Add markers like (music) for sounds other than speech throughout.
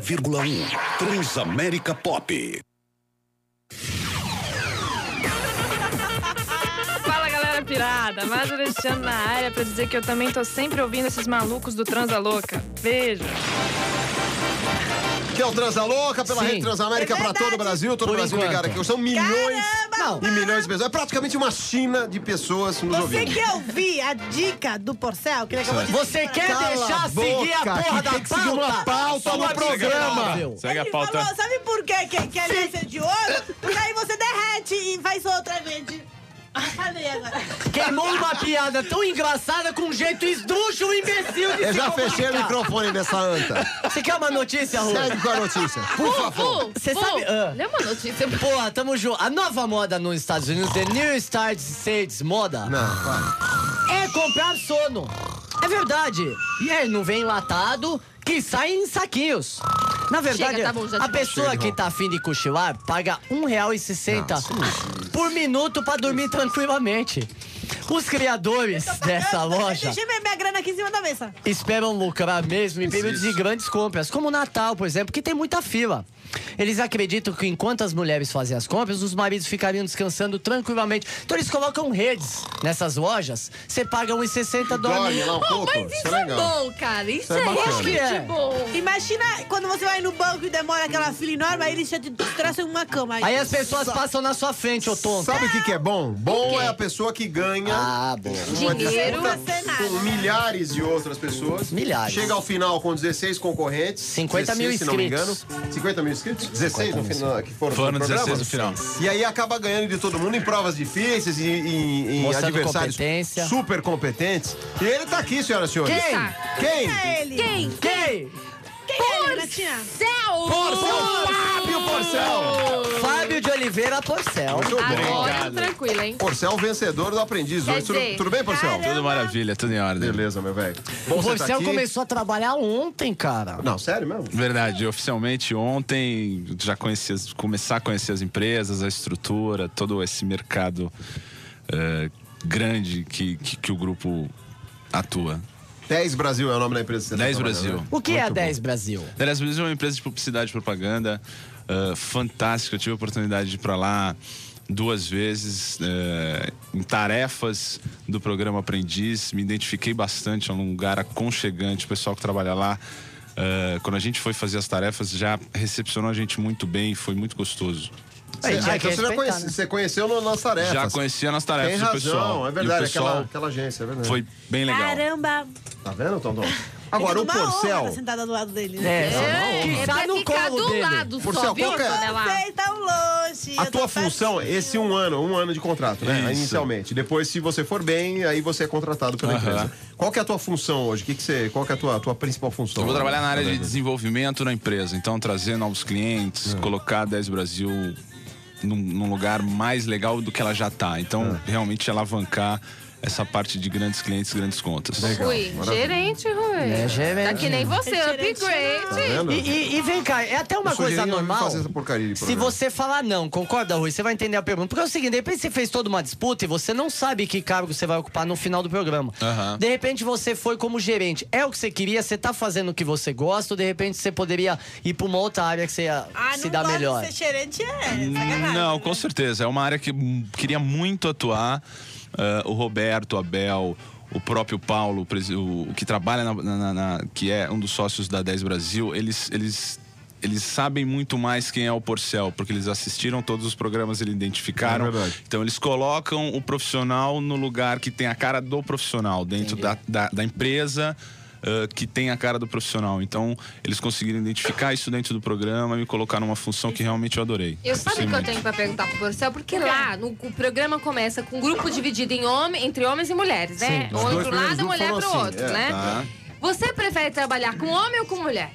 100,1 Transamérica Pop. Fala galera pirada, mais Alexandre na área pra dizer que eu também tô sempre ouvindo esses malucos do Transa Louca. Beijo. Que é o Transa Louca, pela Sim. Rede Transamérica, É pra todo o verdade. Brasil, todo o Por Brasil enquanto. ligado aqui. São milhões Caramba! e milhões de pessoas. É praticamente uma China de pessoas nos Você ouvindo. quer ouvir a dica do Porcel que ele acabou de Você quer Cala deixar a boca, seguir a porra que da tem que seguir uma pauta Sua no programa. miserável. Segue a é Ele pauta. falou, sabe por que que, que a aliança é de ouro? Porque aí você derrete e faz outra verde. Cadê agora? Queimou (laughs) uma piada tão engraçada com um jeito esdrúxulo e imbecil de Eu se já fechei o comunicar. microfone dessa anta. Você quer uma notícia, Rô? Segue com a notícia, por favor. Você sabe- ah. Lê uma notícia. Pô, tamo junto. A nova moda nos Estados Unidos, The New Start States Moda, Não, vai. é comprar sono. É verdade. E aí, não vem enlatado que sai em saquinhos. Na verdade, tá bom, já a te pessoa Chega, que irmão. tá afim de cochilar paga Não, R$1,60 isso não existe. por minuto pra dormir tranquilamente. Os criadores dessa loja Eu deixei minha grana aqui em cima da mesa. esperam lucrar mesmo em períodos de Existe. grandes compras, como o Natal, por exemplo, que tem muita fila. Eles acreditam que enquanto as mulheres fazem as compras, os maridos ficariam descansando tranquilamente. Então eles colocam redes nessas lojas, você paga uns 60 dólares. Dorme lá um pouco, Mas isso, isso é é legal. bom, cara. Isso, é é, bacana. realmente Acho que é. bom. Imagina quando você vai no banco e demora aquela fila enorme, aí eles já te traçam uma cama. Aí as pessoas passam na sua frente, ô tonto. Sabe o que, que é bom? Bom é a pessoa que ganha Ah, bom. uma Dinheiro. é disputa com milhares de outras pessoas. Milhares. Chega ao final com 16 concorrentes. 50 mil 16, se não me engano. inscritos. 50 mil inscritos? 16 no final, que foram Foram no programa. 16 no final. E aí acaba ganhando de todo mundo em provas difíceis, em, em- em Mostrando adversários competência. super competentes. E ele tá aqui, senhoras e senhores. Quem? Tá. Quem? É ele. Quem? Quem? Quem é ele, Natinha? Céu! Fábio Porcel! Fábio de Oliveira Porcel. Muito bom. Agora, Obrigado. tranquilo, hein? Porcel vencedor do Aprendiz. Quer hoje. Tudo, dizer, tudo bem, Porcel? cara- Tudo maravilha, tudo em ordem. Beleza, meu velho. Bom O você tá Porcel aqui. começou a trabalhar ontem, cara. Não, sério mesmo? Verdade, oficialmente ontem já conheci, as- começar a conhecer as empresas, a estrutura, todo esse mercado eh, grande que, que, que o grupo atua. 10 Brasil é o nome da empresa que você tá 10 trabalhando, Brasil. né? O que é Muito a bom. 10 Brasil? Aliás, Brasil é uma empresa de publicidade e propaganda ah, fantástica. Eu tive a oportunidade de ir para lá duas vezes eh, em tarefas do programa Aprendiz. Me identifiquei bastante, é um lugar aconchegante. O pessoal que trabalha lá, ah, quando a gente foi fazer as tarefas, já recepcionou a gente muito bem, foi muito gostoso. Aí, Você, já ah, então é quer você, já respeitar, conhece, né? você conheceu no, nas tarefas. Já conhecia nas tarefas Tem do pessoal. razão, é verdade. E o pessoal Aquela, aquela agência, é verdade. foi bem legal. Caramba. Tá vendo, Tom Tom? Agora, o Ele numa honra tá Porcel... sentada do lado dele. É, né? que é está pra no ficar colo do dele. lado Por só, céu, viu, qual que é? Antonella? Vocês tão tá longe. A eu tua tô função, pertinho. esse um ano, um ano de contrato, né? Isso. Inicialmente. Depois, se você for bem, aí você é contratado pela Aham. empresa. Qual que é a tua função hoje? O Que que você, qual que é a tua, tua principal função? Eu vou trabalhar na área de desenvolvimento na empresa, então trazer novos clientes, colocar a 10 Brasil num, num lugar mais legal do que ela já está. Então, realmente alavancar essa parte de grandes clientes, grandes contas. Ui, gerente, Rui. É, gerente. Tá que nem você, É gerente, Tá upgrade. vendo? E, e- e vem cá, é até uma Eu um sou coisa gerente, eu não normal. faço essa porcaria de Se programa. você falar não, concorda, Rui? Você vai entender a pergunta. Porque é o seguinte, de repente você fez toda uma disputa e você não sabe que cargo você vai ocupar no final do programa. Aham. De repente você foi como gerente. É o que você queria, você tá fazendo o que você gosta, ou de repente você poderia ir pra uma outra área que você ia Ah, se não dá gosta de melhor. ser gerente é sacanagem, Não, né? com certeza. É uma área que hum, queria muito atuar. Ah, o Roberto, Abel, o próprio Paulo, o presi- o, o que trabalha na, na- na- na- que é um dos sócios da 10 Brasil, eles. eles eles sabem muito mais quem é o Porcel, porque eles assistiram todos os programas, eles identificaram. É verdade. então eles colocam o profissional no lugar que tem a cara do profissional, dentro da, da, da empresa ah, que tem a cara do profissional. Então eles conseguiram identificar isso dentro do programa e me colocar numa função que realmente eu adorei. Eu sabe o que eu Sim. tenho pra perguntar pro Porcel? Porque lá, no, o programa começa com um grupo dividido em homem, entre homens e mulheres, né? Sim, os um dois pro primeiros lado, grupos mulher pro foram assim, outro, é, né? tá. Você prefere trabalhar com homem ou com mulher?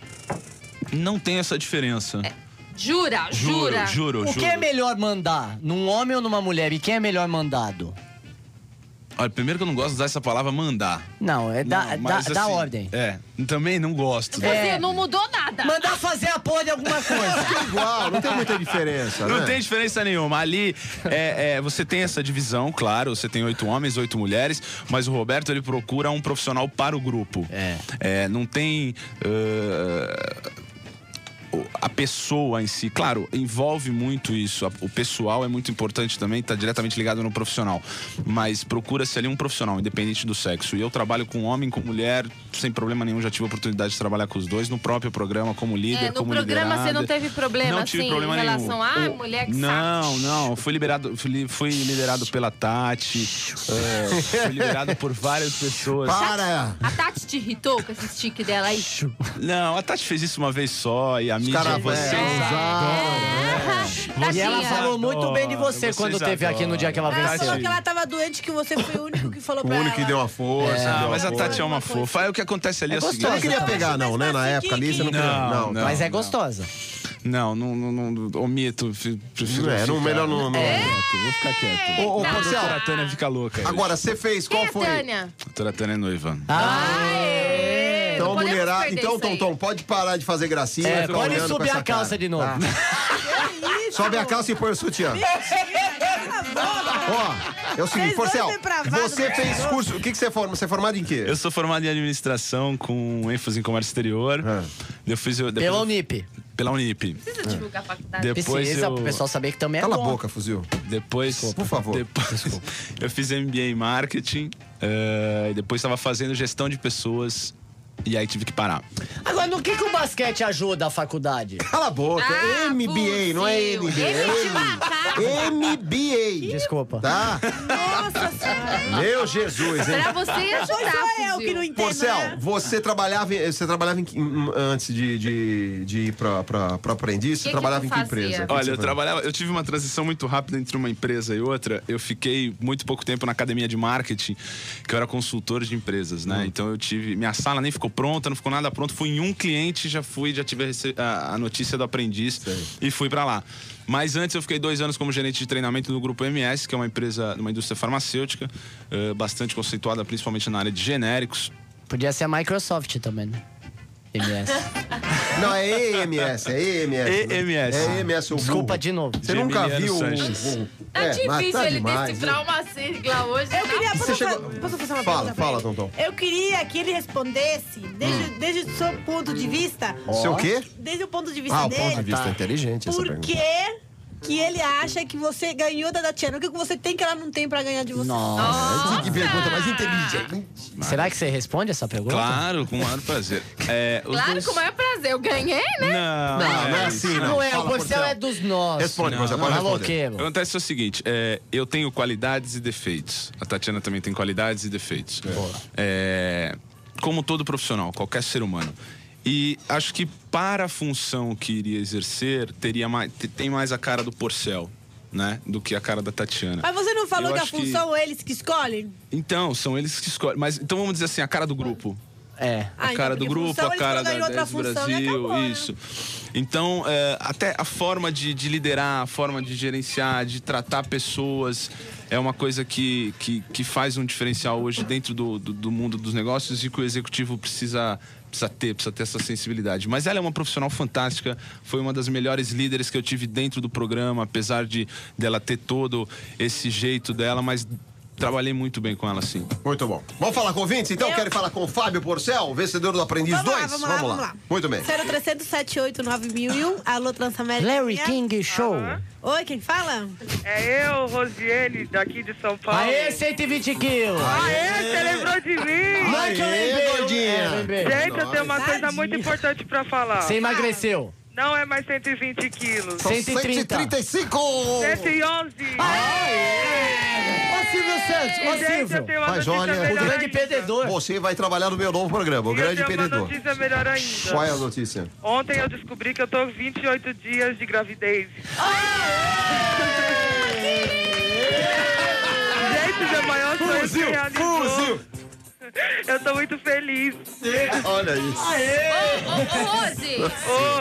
Não tem essa diferença. É. Jura, jura. Juro, juro, O juro. que é melhor mandar? Num homem ou numa mulher? E quem é melhor mandado? Olha, primeiro que eu não gosto de usar essa palavra mandar. Não, é da, Não, da, mas da assim, ordem. É. É. Também não gosto. Você não mudou nada. Mandar fazer a porra de alguma (laughs) coisa. É igual, não tem muita diferença, Não né? tem diferença nenhuma. Ali, é, é, você tem essa divisão, claro. Você tem oito homens, oito mulheres. Mas o Roberto, ele procura um profissional para o grupo. É. não tem... É, ãh, o- a pessoa em si. Claro, envolve muito isso. A- O pessoal é muito importante também, tá diretamente ligado no profissional. Mas procura-se ali um profissional, independente do sexo. E eu trabalho com homem, com mulher, sem problema nenhum. Já tive a oportunidade de trabalhar com os dois no próprio programa, como líder, É, no como programa liderada. você não teve problema, Não tive assim, problema em relação nenhum. a O- mulher que Não, sabe. não. Fui liberado, fui, fui liderado pela Tati. é, fui liderado (laughs) por várias pessoas. Para! A Tati te irritou com esse stick dela aí? Não, a Tati fez isso uma vez só e a mídia... caras vocês vão- É, (laughs) Tadinha. É. E ela falou muito bem de você Vocês quando teve aqui no dia que ela Ela venceu. falou que ela tava doente, que você foi o único que falou O pra ela. único que deu uma força. Ah, mas a deu uma Tati é uma fofa. Aí o que acontece ali é, É o gostoso. seguinte. Você não queria pegar, não, né? Na época ali, você não queria. Não, não. Mas é gostosa. Não, não, não, não omito. fi- Prefiro É, não, ficar- melhor não. não- Quieto, vou ficar É, quieto. Ô, ô, tá. A Marcelo, doutora Tânia fica louca. Agora, você fez, Quem qual é a foi? Tânia? A doutora Tânia é noiva. Ah, Aê, Então, não podemos mulherada. perder Então, isso Tom, aí. Tom, pode parar de fazer gracinha. É, ficar pode olhando com subir essa a calça cara. Tá. de novo. Isso. Sobe a calça e põe o sutiã. Ó, é o seguinte, Vocês dois Porcel, depravados, você né? fez curso. O que, que você é formado? Você é formado em quê? Eu sou formado em administração com ênfase em comércio exterior. Ah. Eu fiz, eu- depois, Pela Unip. Pela Unip. Precisa divulgar a faculdade. Depois Precisa eu- pro pessoal saber que também é Cala a bom. boca, fuzil. Depois, Desculpa, por favor. Depois, (laughs) eu fiz MBA em marketing, eh, e depois estava fazendo gestão de pessoas e aí tive que parar. Agora, no que, que o basquete ajuda a faculdade? Cala a boca. Ah, é MBA, não é fuzil. NBA. Ele te matar. É MBA. Desculpa. Tá? Nossa senhora. Meu Jesus, hein? Pra você Pois ajudar, sou eu fuzil. é que não entendo, né? Porcel, você trabalhava, em- você trabalhava em que- em- antes de, de, de ir pra, pra, pra aprendiz, você que trabalhava tu em que fazia? empresa? O que Olha, você eu fazia? trabalhava, eu tive uma transição muito rápida entre uma empresa e outra. Eu fiquei muito pouco tempo na academia de marketing, que eu era consultor de empresas, né? Então eu tive, minha sala nem ficou pronta, não ficou nada pronto. Fui em um cliente, já fui, já tive a, rece- a- a notícia do aprendiz e fui pra lá. Mas antes eu fiquei dois anos como gerente de treinamento no grupo MS, que é uma empresa, uma indústria farmacêutica, eh, bastante conceituada, principalmente na área de genéricos. Podia ser a Microsoft também, né? (laughs) MS. Não, é EMS, é EMS. né? EMS. É EMS, o Desculpa burro. de novo. Você nunca Geminiano viu um- o- Sanches. o... Tá é, mas difícil tá ele demais, decifrar uma sigla hoje. tá Eu queria. Posso, chegou- posso fazer uma Fala, pergunta pra fala, ele? Tá Tonton. Eu queria que ele respondesse, desde, desde o seu ponto de vista, né? Hum. Seu quê? desde o ponto de vista Ah, o dele, ponto de vista é inteligente essa por pergunta. que que ele acha que você ganhou da Tatiana? O que que você tem que ela não tem pra ganhar de você? Nossa. Que pergunta mais inteligente. Será que você responde essa pergunta? Claro, com o maior prazer. É, os Claro, dois- com o maior prazer. Eu ganhei, né? Não, Não, não é isso. assim, Não, não. é, o Fala, Porcel é dos nossos. Responde, não, Porcel, pode não é responder. O que louqueiro. Acontece é o seguinte, é, eu tenho qualidades e defeitos. A Tatiana também tem qualidades e defeitos. É, como todo profissional, qualquer ser humano. E acho que para a função que iria exercer, teria mais, te- tem mais a cara do Porcel, né? Do que a cara da Tatiana. Mas você não falou Eu que a acho que- função é eles que escolhem? Então, são eles que escolhem. Mas então vamos dizer assim, a cara do grupo. É. Ah, a então, cara do porque grupo, função, a eles cara colocam da em outra 10 função e Brasil, acabou, né? isso. Então, é, até a forma de, de liderar, a forma de gerenciar, de tratar pessoas, é uma coisa que, que, que faz um diferencial hoje dentro do, do, do mundo dos negócios e que o executivo precisa, precisa ter, precisa ter essa sensibilidade. Mas ela é uma profissional fantástica, foi uma das melhores líderes que eu tive dentro do programa, apesar de dela ter todo esse jeito dela, mas trabalhei muito bem com ela, sim. Muito bom. Vamos falar com o Vintes, então? Eu- Querem falar com o Fábio Porcel, vencedor do Aprendiz Vamos 2? lá, vamos lá, vamos lá. Muito bem. 03078901, alô Transamérica. Larry King Show. Oi, quem fala? É eu, Rosiane, daqui de São Paulo. Aê, 120 quilos. Aê, você lembrou de mim? Ai, que eu Aê, lembrei. gordinha. É, lembrei. Gente, eu tenho uma coisa Tadinha. muito importante pra falar. Você emagreceu. Não é mais 120 quilos. São 130. 135! 111! Ô, Silvio Santos, ô, Gente, eu Silvio. tenho uma Mas notícia olha, o melhor O grande ainda. perdedor. Você vai trabalhar no meu novo programa, o E Grande eu tenho uma Perdedor. notícia melhor ainda. Qual é a notícia? Ontem eu descobri que eu tô 28 dias de gravidez. Gente, meu maior sonho se realizou. Eu tô muito feliz. Olha isso. Ô, ô, Rose,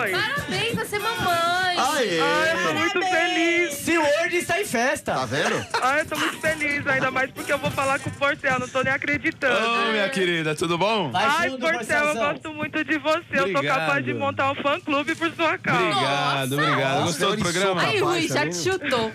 Oi. parabéns, você é mamãe. Aê! Ai, eu tô muito feliz. Se Word está em Tá festa. vendo? Ai, eu tô muito feliz, ainda mais porque eu vou falar com o Porcel, não tô nem acreditando. Ô, minha querida, tudo bom? Ai, Porcel, eu Porcelzão. gosto muito de você. Eu sou Obrigado. capaz de montar um fã-clube por sua causa. Obrigado, obrigado. Gostou do Nossa, programa? Aí, Rapaz, Rui, tá já te vendo? É, chutou.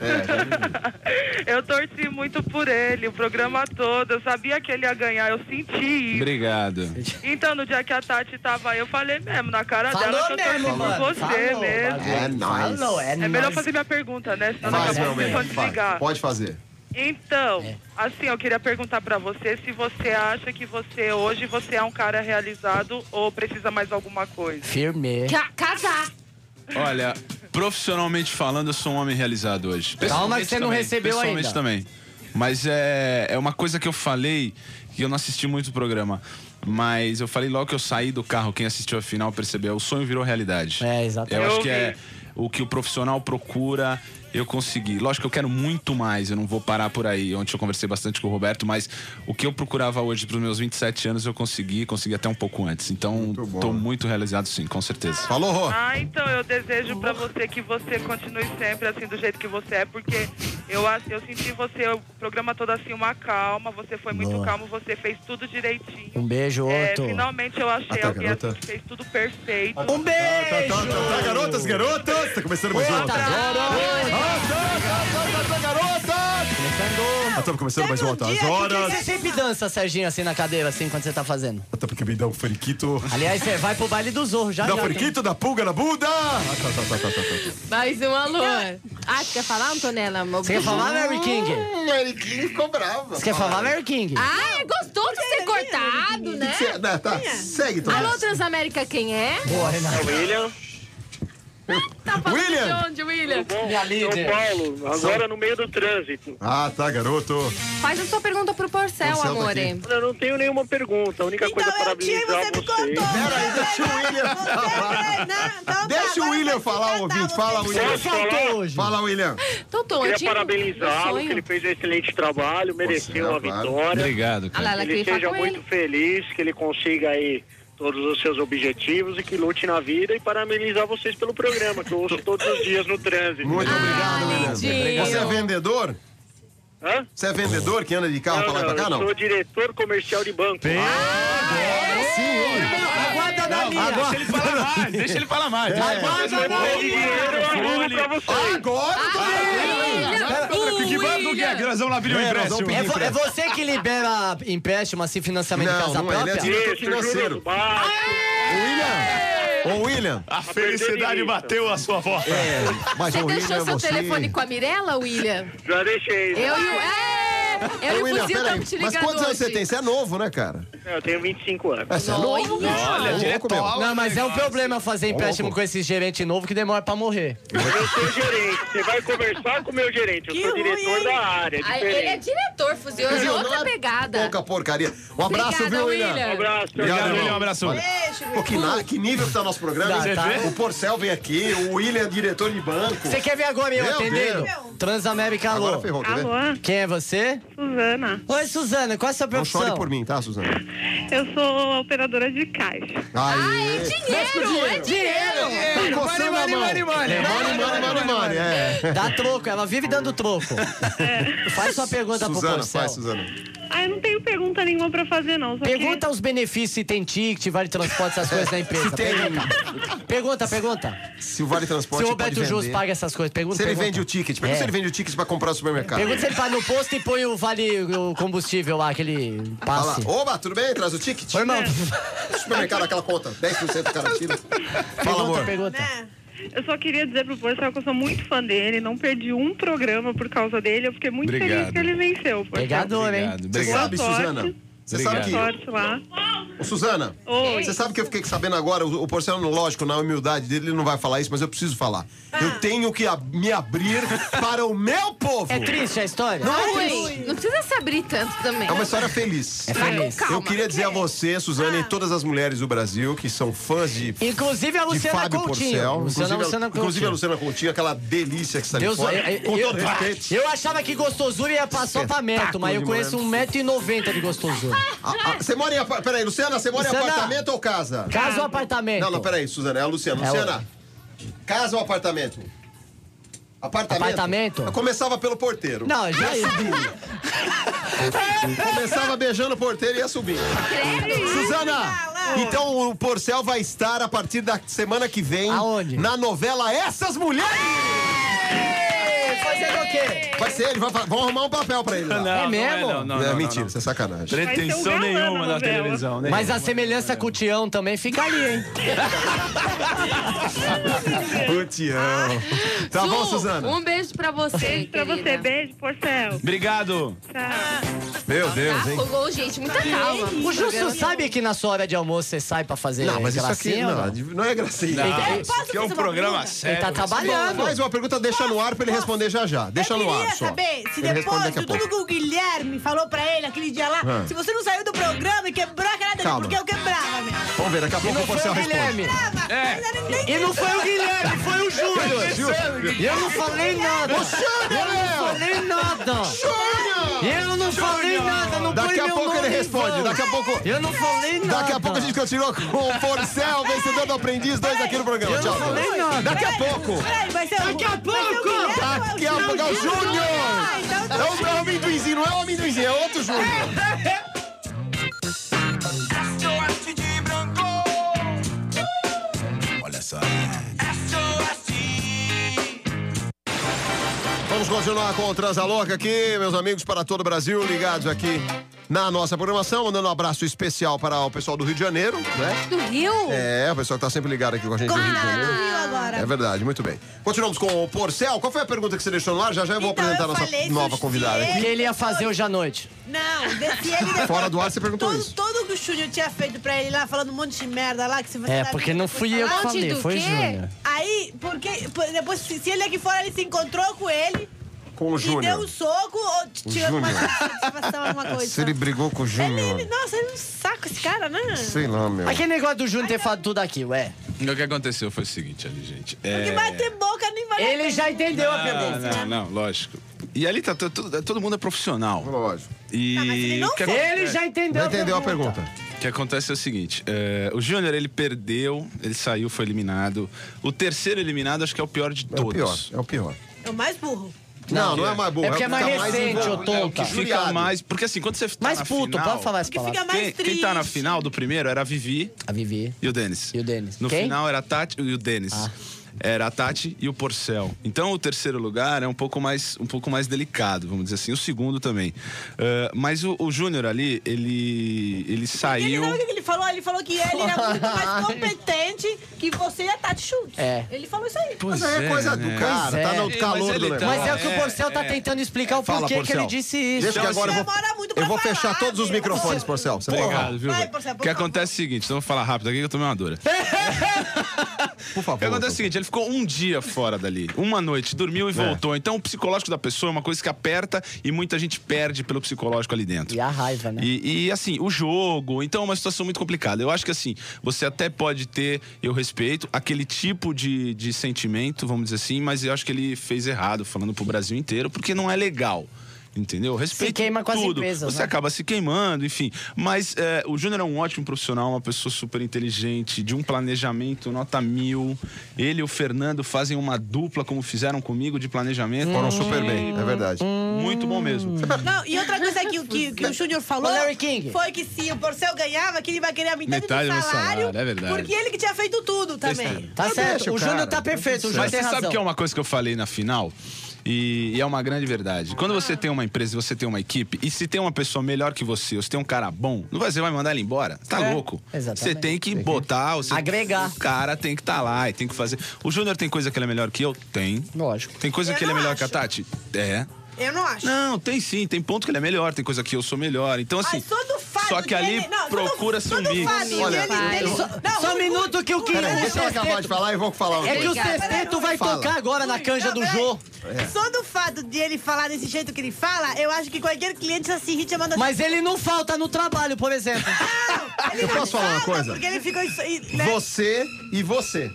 (laughs) Eu torci muito por ele, o programa todo. Eu sabia que ele ia ganhar, eu senti isso. Obrigado. Então, no dia que a Tati tava aí, eu falei mesmo na cara dela Falou que eu tô aqui mesmo, com mano. você Falou, mesmo. bagulho. É nóis. Falou, é, É melhor nóis. fazer minha pergunta, né? Senão Faz, daqui a meu pouco eu vou amigo. faz. desligar. Pode fazer. Então, É. assim, eu queria perguntar pra você se você acha que você hoje você é um cara realizado ou precisa mais alguma coisa. Firme. é. Ca- casar. Olha, profissionalmente falando, eu sou um homem realizado hoje. Calma que você Pessoalmente não também, recebeu pessoalmente ainda. também. Mas é, é uma coisa que eu falei, que eu não assisti muito o programa. Mas eu falei logo que eu saí do carro, quem assistiu a final percebeu, o sonho virou realidade. É, exatamente. Eu acho Eu que é o que o profissional procura, eu consegui. Lógico que eu quero muito mais, eu não vou parar por aí. Ontem eu conversei bastante com o Roberto, mas o que eu procurava hoje pros meus 27 anos eu consegui, consegui até um pouco antes. Então, bom. tô muito realizado sim, com certeza. Falou, Rô. Ah, então eu desejo pra você que você continue sempre assim do jeito que você é, porque eu a- eu senti você o programa todo assim uma calma, você foi muito Boa. calmo, você fez tudo direitinho. Um beijo, É, Otto. finalmente eu achei Ataca, alguém garota. assim, que fez tudo perfeito. Um beijo! garotas, garotas! Tá começando mais Outra hora! garotas! Começando. Estamos começando mais Teve um uma dia As que horas. Você sempre dança, Serginho, assim na cadeira, assim, quando você tá fazendo. Até porque me dá um faniquito. Aliás, você vai pro baile do Zorro, já Dá já. faniquito, dá pulga na bunda! Ah, tá, tá, tá, tá, tá, tá. Mais um alô. Ah, tu quer falar, Antonella? Você quer falar, Mary King? Hum, Eriquinho ficou brava. Você quer falar, Mary King? Ah, é gostoso de ser cortado, né? Cê- né, tá, segue, Alô, Tomás. Transamérica, quem (laughs) é? Boa, Renato. William, Tá falando William! de onde, William? Minha líder. São Paulo, agora no meio do trânsito. Ah, tá, garoto. Faz a sua pergunta pro Porcel, Porcel tá amore. Eu não tenho nenhuma pergunta, a única coisa Então para eu tinha e você habilitar me vocês. contou. Peraí, deixa o William falar. Deixa o William falar, ouvinte. Fala, William. Posso falar? Faltou hoje. Fala, William. Então, Tom, eu Queria tinha um- um parabenizá-lo, sonho. que ele fez um excelente trabalho, mereceu é, a claro. vitória. Obrigado, Ah lá, cara. ela Ele queria falar seja com muito ele. feliz, que ele consiga aí todos os seus objetivos e que lute na vida e parabenizar vocês pelo programa, que eu ouço todos os dias no trânsito. Né? Muito obrigado, William. lindinho. Você é vendedor? Hã? Você é vendedor que anda de carro pra lá e pra cá, eu não? sou diretor comercial de banco. Aguarda na minha. Deixa ele falar mais, deixa ele falar É. mais. Aguarda na Depois de dinheiro, eu arrumo pra vocês. Agora, tá. Ah, Pedir banco o quê? Que nós vamos lá pedir um É, nós vamos empréstimo. É, vo- é empréstimo. você que libera empréstimo, assim, financiamento de Não, casa não é, ele é própria? diretor. Isso, juros financeiro. baixos. William. Ô, William. A felicidade bateu a sua porta. É, mas Você o deixou William, seu você... telefone com a Mirella, William? Já deixei. Eu e o. É! Eu Ô, e o William, Fuzil peraí. estamos te ligando. Mas quantos anos hoje. você tem? Você é novo, né, cara? Eu tenho 25 É, anos. Você é novo? Olha, Ô, louco, meu. Não, mas é um problema fazer empréstimo louco. com esse gerente novo que demora pra morrer. Eu sou gerente. Você vai conversar com o meu gerente. Eu Que sou ruim, diretor hein? da área. é Ah, Ele é Diferente. diretor, Fuzil. É Fuzil, não outra é pegada. Pouca porcaria. Um abraço, Obrigada, viu, William? William. Um abraço. Obrigado, tchau, Obrigado, tchau. William. Um abraço. Pô, que, na- que nível que tá nosso programa? Tá, tá. O Porcel veio aqui, o William é diretor de banco. Você quer ver agora eu Meu atendendo? Transamérica, Agora alô. ferrou, quer ver? Alô, Quem é você? Suzana. Oi, Suzana, qual é a sua Não profissão? chore por mim, tá, Suzana? Eu sou operadora de caixa. Ai, Dinheiro, é dinheiro. Tá coçando a mão. money, money, money. É, money, money, money, money, é. Dá troco, ela vive dando troco. Faz sua pergunta pro Suzana, Porcel. faz, Suzana. É. Ah, eu não tenho pergunta nenhuma pra fazer, não. Só Pergunta os benefícios, se tem ticket, vale transporte, essas coisas na empresa. Pergunta, pergunta. pergunta. Se o Vale Se Transporte o pode Roberto vender. Jus paga essas coisas, pergunta. Se ele pergunta. vende o ticket. Pergunta É. se ele vende o ticket pra comprar no supermercado. Pergunta se ele vai no posto e põe o vale, o combustível lá, aquele Fala, passe. oba, tudo bem? Traz o ticket. Ô, irmão, No supermercado, aquela conta. 10% do cara tira. Fala, pergunta, amor. pergunta. que Né? eu só queria dizer pro Porcel que eu sou muito fã dele, não perdi um programa por causa dele. Eu fiquei muito Obrigado. feliz que ele venceu. Porcel. Pegador, hein? Obrigado, Você obrigado. sabe, Boa sorte. Suzana? Você Obrigado. sabe que... Boa sorte lá. Ô, Suzana, Oi. você sabe que eu fiquei sabendo agora, o o Porcel, lógico, na humildade dele, ele não vai falar isso, mas eu preciso falar. Eu tenho que ab- me abrir para o meu povo. É triste a história? Não é triste. Ui, Não precisa se abrir tanto também. É uma história feliz. É feliz. Calma, eu queria dizer a você, Suzana, e todas as mulheres do Brasil que são fãs de, de Ah. Inclusive a Luciana Fábio Coutinho. Porcel. Luciana, inclusive, a- Luciana inclusive a Coutinho. Luciana Coutinho, aquela delícia que está ali Deus, fora. eu, com eu- todo eu- respeito. eu achava que gostosura ia pra apartamento, mas eu conheço 1,90m de gostosura. A- a- Ah, Você mora em apa- Peraí, Luciana, você mora em Luciana. apartamento ou casa? Casa ou apartamento? Não, não, peraí, Suzana, é a Luciana. É Luciana, casa ou apartamento? Apartamento? Apartamento? Eu começava pelo porteiro. Não, já (laughs) Começava beijando o porteiro e ia subindo. Suzana, então o Porcel vai estar a partir da semana que vem. Aonde? Na novela Essas Mulheres! Foi fazendo o quê? Vai ser, ele vai, fa- vão arrumar um papel pra ele. (laughs) Lá. É mesmo? Não, não, é não, mentira, não. isso é sacanagem. Vai ser um Pretensão galã nenhuma na na novela. televisão, né? Mas a semelhança com o Tião também fica ali, hein? O Tião. Tá bom, Su, Suzana? Um beijo pra você. Beijo pra você, querida. beijo, Porcel. Obrigado. Tchau. Meu Deus, hein? Ô, ô, Tá gente, muita calma. O Justo sabe que na sua hora de almoço você sai pra fazer Não, mas isso aqui gracinha, ou não, não? não é gracinha. Ah, posso isso aqui é um fazer uma programa pergunta? Ele sério. tá trabalhando. Mais uma pergunta, deixa no ar pra ele responder já já. Deixa eu no queria ar só. saber se Ele responde depois daqui a de pouco. tudo que o Guilherme falou pra ele aquele dia lá, Ah. se você não saiu do programa e quebrou a cara dele, Calma. porque eu quebrava, meu. Vamos ver, daqui a pouco o Foi Porcel o responde. Guilherme. Quebrava. É. Ah, Mas eu nem- E não foi o Guilherme, foi o Júnior. E eu não falei nada. Eu não falei nada. Eu não falei nada. Não põe Daqui a meu pouco ele nome em responde. vão. Daqui a pouco. Eu não falei nada. Daqui a pouco a gente continua com o Porcel, vencedor do Aprendiz, dois aqui no programa. Eu Tchau. não falei nada. Daqui a pouco. Peraí, vai ser o- Daqui a vai ser o pouco. Guilherme ou Daqui a pouco é o Ah, Júnior. então tá. É o- é o amendoinzinho, não é o amendoinzinho, é outro Júnior. Olha só. Vamos continuar com o Transa Louca aqui, meus amigos, para todo o Brasil, ligados aqui na nossa programação, mandando um abraço especial para o pessoal do Rio de Janeiro, né? Do Rio? É, o pessoal que tá sempre ligado aqui com a gente do Rio de Janeiro. Viu agora? É verdade, muito bem. Continuamos com o Porcel. Qual foi a pergunta que você deixou no ar? Já já eu vou Então, apresentar eu a nossa falei nova sushi. convidada. aqui. Que ele ia fazer hoje à noite. (laughs) Não, desse (laughs) ele depois. Fora do ar você perguntou todo, isso. Todo que o Júnior tinha feito pra ele lá, falando um monte de merda lá, que se você É, sabe porque não fui depois eu que falar. Antes falei, do foi o quê? Júnior. Aí, porque por- depois, se, se ele aqui fora, ele se encontrou com ele Com o e deu um Júnior. soco ou te tirou uma satisfação, (laughs) alguma coisa. Se ele brigou com o Ele- ele- Júnior. nossa, ele é um saco esse cara, né? Sei lá, meu. Aquele negócio do Júnior ter falado tudo aqui, ué. O que aconteceu foi o seguinte ali, gente. Porque É... bater boca nem vale a Ele já entendeu a Ah, pergunta. não, não, lógico. E ali tá to- todo, todo mundo é profissional. Lógico. E mas ele não o que aconte- É. Ele já entendeu Não a entendeu a pergunta. O que acontece é o seguinte: é, o Júnior ele perdeu, ele saiu, foi eliminado. O terceiro eliminado acho que é o pior de É o todos. pior, é o pior. É o mais burro. Não, não é mais boa. É porque é mais que tá recente, ô envolvido. É o que tonta. fica Juriado. mais. Porque assim, quando você tá Mais na puto, final, pode falar essa Que fica palavra. mais Quem, triste. quem tá na final do primeiro era a Vivi A Vivi. e o Denis. E o Denis. No Quem? Ah. final era a Tati e o Denis. Era a Tati e o Porcel. Então o terceiro lugar é um pouco mais, um pouco mais delicado, vamos dizer assim. O segundo também. Ah, mas o, o Júnior ali, ele, ele E ele saiu. sabe o que ele falou? Ele falou que ele era muito (laughs) mais competente que você e a Tati Schultz. É. Ele falou isso aí. Mas é coisa né? do cara, Pois tá é. no calor Mas do ele negócio. tá- Mas é o que o É, Porcel tá é. tentando explicar o Fala, porquê que Porcel. ele disse isso. Deixa que Então, agora eu vou, demora muito pra eu vou falar, fechar todos os meu. microfones, Porcel. Você vai errar. Obrigado, viu? Vai, Porcel, O por que favor. acontece é o seguinte, então eu vou falar rápido aqui que eu tomei uma dura. (laughs) Por O favor. que acontece é o seguinte, ele ficou um dia fora dali. Uma noite, dormiu e É. voltou. Então, o psicológico da pessoa é uma coisa que aperta e muita gente perde pelo psicológico ali dentro. E a raiva, né? E, e, assim, o jogo. Então é uma situação muito complicada. Eu acho que assim, você até pode ter, eu respeito, aquele tipo de, de sentimento, vamos dizer assim, mas eu acho que ele fez errado, falando pro Brasil inteiro, porque não é legal. Entendeu? Respeito. queima com as tudo. empresas, Você né? acaba se queimando, enfim. Mas é, o Júnior é um ótimo profissional, uma pessoa super inteligente, de um planejamento, nota mil. Ele e o Fernando fazem uma dupla, como fizeram comigo, de planejamento. Foram super bem, é verdade. Muito bom mesmo. Não, e outra coisa que, o- que, (laughs) que o Júnior falou Ô, Larry King. foi que se o Porcel ganhava, que ele vai querer a metade, Metade do do salário. salário, é verdade. Porque ele que tinha feito tudo também. Tá certo. deixa o O Júnior cara. tá perfeito. O Júnior Mas tem você razão. sabe que é uma coisa que eu falei na final? E, e é uma grande verdade. Quando você tem uma empresa e você tem uma equipe, e se tem uma pessoa melhor que você, ou se tem um cara bom, não vai, você vai mandar ele embora? Tá louco. exatamente. Você tem que botar... Você, Agregar. O cara tem que estar lá e tem que fazer... O Júnior tem coisa que ele é melhor que eu? Tem. Lógico. Tem coisa Eu que ele é não melhor acho. que a Tati? É. Eu não acho. Não, tem sim. Tem ponto que ele é melhor, tem coisa que eu sou melhor. Então, assim... Mas só do fato só que dele- ali não, só do- procura só seu do mix. fato Olha, dele- pai. dele- Só- não, só um o- minuto que o King- Peraí, Não, deixa eu acabar de falar e vou falar uma É que o coisa. É. Obrigada. sexteto vai Fala. tocar agora na canja do Jô. Só do fato de ele falar desse jeito que ele fala, eu acho que qualquer cliente assim, já se irrita mandando. Mas ele não falta no trabalho, por exemplo. Eu posso falar uma coisa? Porque ele ficou. isso- e- Né? Você e você.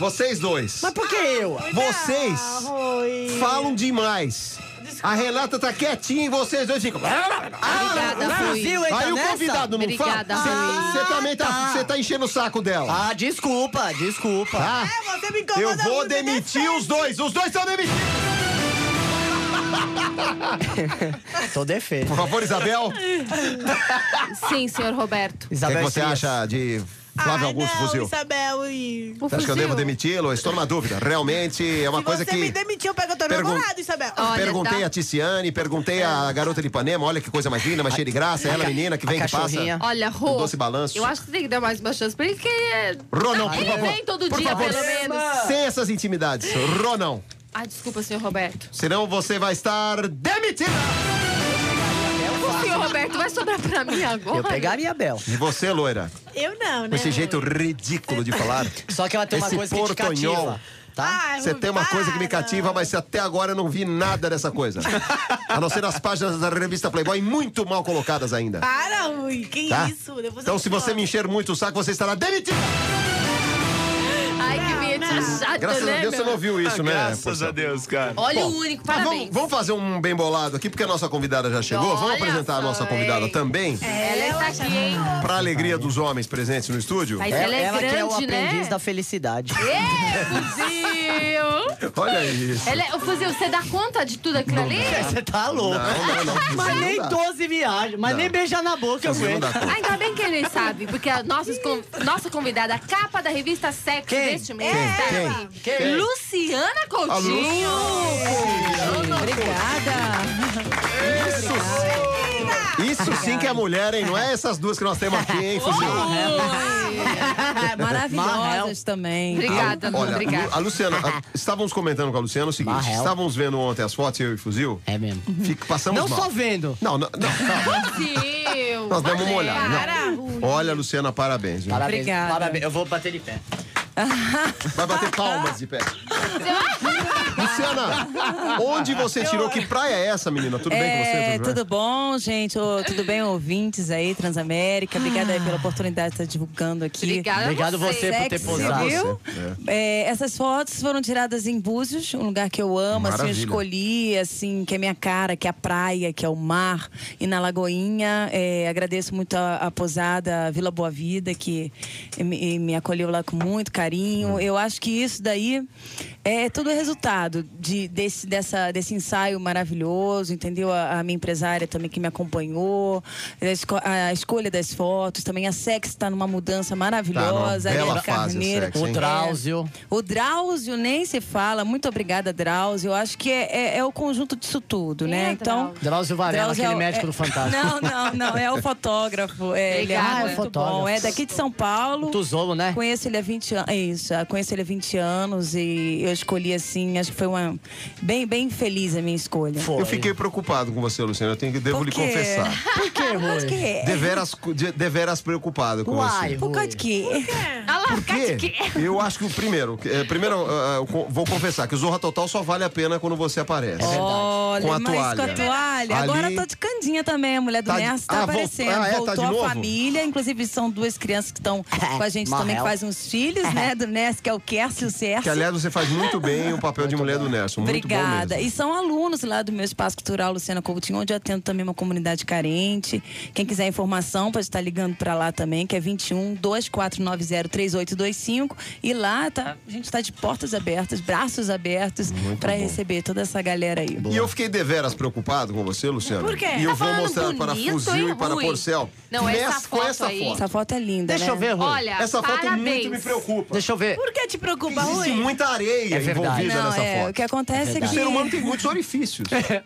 Vocês dois. Mas por que eu? Vocês Ah, Rui. falam demais. A Renata tá quietinha e vocês dois ficam. Ah, Obrigada, Fui. Fuzil entra Aí o nessa? convidado não fala. Obrigada, Rui. Você também tá, você tá enchendo o saco dela. Ah, desculpa, desculpa. Tá? É, você me incomoda Eu vou muito, né, me demitir os dois. Os dois são demitidos. Tô defeito. Por favor, Isabel. (laughs) Sim, senhor Roberto. O que, Isabel que você Frias. acha de Flávio ah, Augusto não, Fuzil. Isabel e... O Você acha que eu fuzil. devo demiti-lo? Eu Estou numa dúvida. Realmente é uma Se coisa você que. me tá. demitiu, pega eu tô Pergun- namorado, Isabel. Olha, perguntei dá- a Tiziane, perguntei à garota de Ipanema, olha que coisa mais linda, mais cheia de graça. Ela, menina, que a vem que passa. cachorrinha. Olha, Um Rô. doce balanço. Eu acho que tem que dar mais uma chance pra ele, que ele Ronão, por Ele favor. vem todo por dia, favor, pelo menos. Sem essas intimidades. Ronão. Ah, desculpa, senhor Roberto. Senão você vai estar demitida. O senhor Roberto vai sobrar pra mim agora? Eu pegaria a Bel. E você, loira, Eu não, né? com esse jeito ridículo de falar. Só que ela tem uma Esse coisa que te portonhol. cativa. Tá? Ai, Você tem uma coisa que me para. cativa, mas até agora eu não vi nada dessa coisa. A não ser as páginas da revista Playboy, muito mal colocadas ainda. Para, Rui. Que Tá? isso? Depois Então, eu se te você me conto. encher muito o saco, você estará demitida. Ai, que vinheta chata, Graças né, a Deus você meu? não viu isso, né? Ah, Graças a Deus, cara. Olha Bom, o único, mas parabéns. vamos, vamos fazer um bem bolado aqui, porque a nossa convidada já chegou. vamos Olha apresentar a só, nossa convidada hein? É também, É, Ela está aqui, hein? para a alegria dos homens presentes no estúdio. Mas ela é grande, que é o aprendiz né? da felicidade. Ê, fuzil! (laughs) Olha isso. Ela é... Ô, fuzil, você dá conta de tudo aquilo ali? (laughs) Você tá louco. Não, não, não. Fuzil Mas não nem dá. 12 viagens, mas nem beijar na boca eu Você não aguento. dá conta. Ainda bem que ele sabe, porque a nossa, con- nossa convidada, a capa da revista Sex Quem? deste mês, Quem? é ela. Luciana Coutinho. Obrigada. Isso sim que é mulher, hein? Não é essas duas que nós temos aqui, hein, Fuzil? (laughs) Maravilhosas também. Obrigada, Lu, Olha, obrigada. a Luciana, a- estávamos comentando com a Luciana o seguinte: Marrel. estávamos vendo ontem as fotos, eu e o Fuzil. É mesmo. Fica, passamos Não mal. só vendo. Não, não, não, calma. Fuzil. (laughs) Nós demos uma olhada. né? não. Olha, Luciana, parabéns. viu? Parabéns, Obrigada. parabéns. Eu vou bater de pé. Vai bater palmas de pé. Luciana, onde você tirou? Que praia é essa, menina? (laughs) Tudo bem com você? É, bem? tudo bom, gente? Ô, tudo bem, ouvintes aí, Transamérica? Obrigada aí pela oportunidade de estar divulgando aqui. Obrigada a Obrigado você por ter Sexy, posado. viu? É, essas fotos foram tiradas em Búzios, um lugar que eu amo, assim, Maravilha. eu escolhi, assim, que é minha cara, que é a praia, que é o mar, e na Lagoinha. É, agradeço muito a, a posada Vila Boa Vida, que me, me acolheu lá com muito carinho. Eu acho que isso daí é tudo resultado de, desse, dessa, desse ensaio maravilhoso, entendeu? A, a minha empresária também que me acompanhou, a, esco- a escolha das fotos, também a Sex está numa mudança maravilhosa. a Tá, bela Ariana fase a Carneiro. Sex, hein? O Drauzio. O Drauzio nem se fala. Muito obrigada, Drauzio. Eu acho que é, é- é o conjunto disso tudo, Quem né? é então. Drauzio? Drauzio Varela, Drauzio aquele é o- médico é- do Fantástico. Não, não, não. É o fotógrafo. É, ele é Obrigada. muito Ah, é fotógrafo. bom. É daqui de São Paulo. Tuzolo, né? Conheço ele há 20 anos. Isso, ah, conheço ele há 20 anos e eu escolhi assim, acho que foi uma. Bem, bem feliz a minha escolha. Foi. Eu fiquei preocupado com você, Luciana. Eu tenho que devo Por lhe quê? confessar. Por (laughs) que, Por Rui? quê? Deveras, cu- de- deveras preocupado com Uai, você. Por causa Rui. de quê? Olha lá, Quê? Catiqui. Eu acho que o primeiro. que- é, primeiro, ah, eu co- vou confessar que o Zorra Total só vale a pena quando você aparece. É Olha, É Com a mas toalha. com a toalha. Ali- Agora eu tô de candinha também, a mulher do Tá de- Nerds Ah, tá vol- aparecendo. Ah, é? Tá Voltou de novo? a família, inclusive são duas crianças (laughs) que estão com a gente também, que Morreu. fazem os filhos, né, do Nerds, que é o Kércio e o Cércio. Que, aliás, você faz muito bem o papel de mulher do Nelson. Muito bom Obrigada. mesmo. E são alunos lá do meu espaço cultural Luciana Coutinho, onde eu atendo também uma comunidade carente. Quem quiser informação pode estar ligando para lá também, que é 21 2490 3825. E lá tá, a gente tá de portas abertas, braços abertos para receber toda essa galera aí. E eu fiquei deveras preocupado com você, Luciana. Por quê? E eu vou Tá falando mostrar para bonito, Fuzil e hein, para Rui? Porcel. Não, essa Nessa- com foto essa aí. foto. Essa foto é linda, né? Deixa eu ver, Rui. Olha, Essa foto é parabéns. muito me preocupa. Deixa eu ver. Por que te preocupa, Existe Rui? muita areia É verdade. envolvida Não, nessa é, o que foto. acontece é O que... ser humano tem muitos orifícios. Então,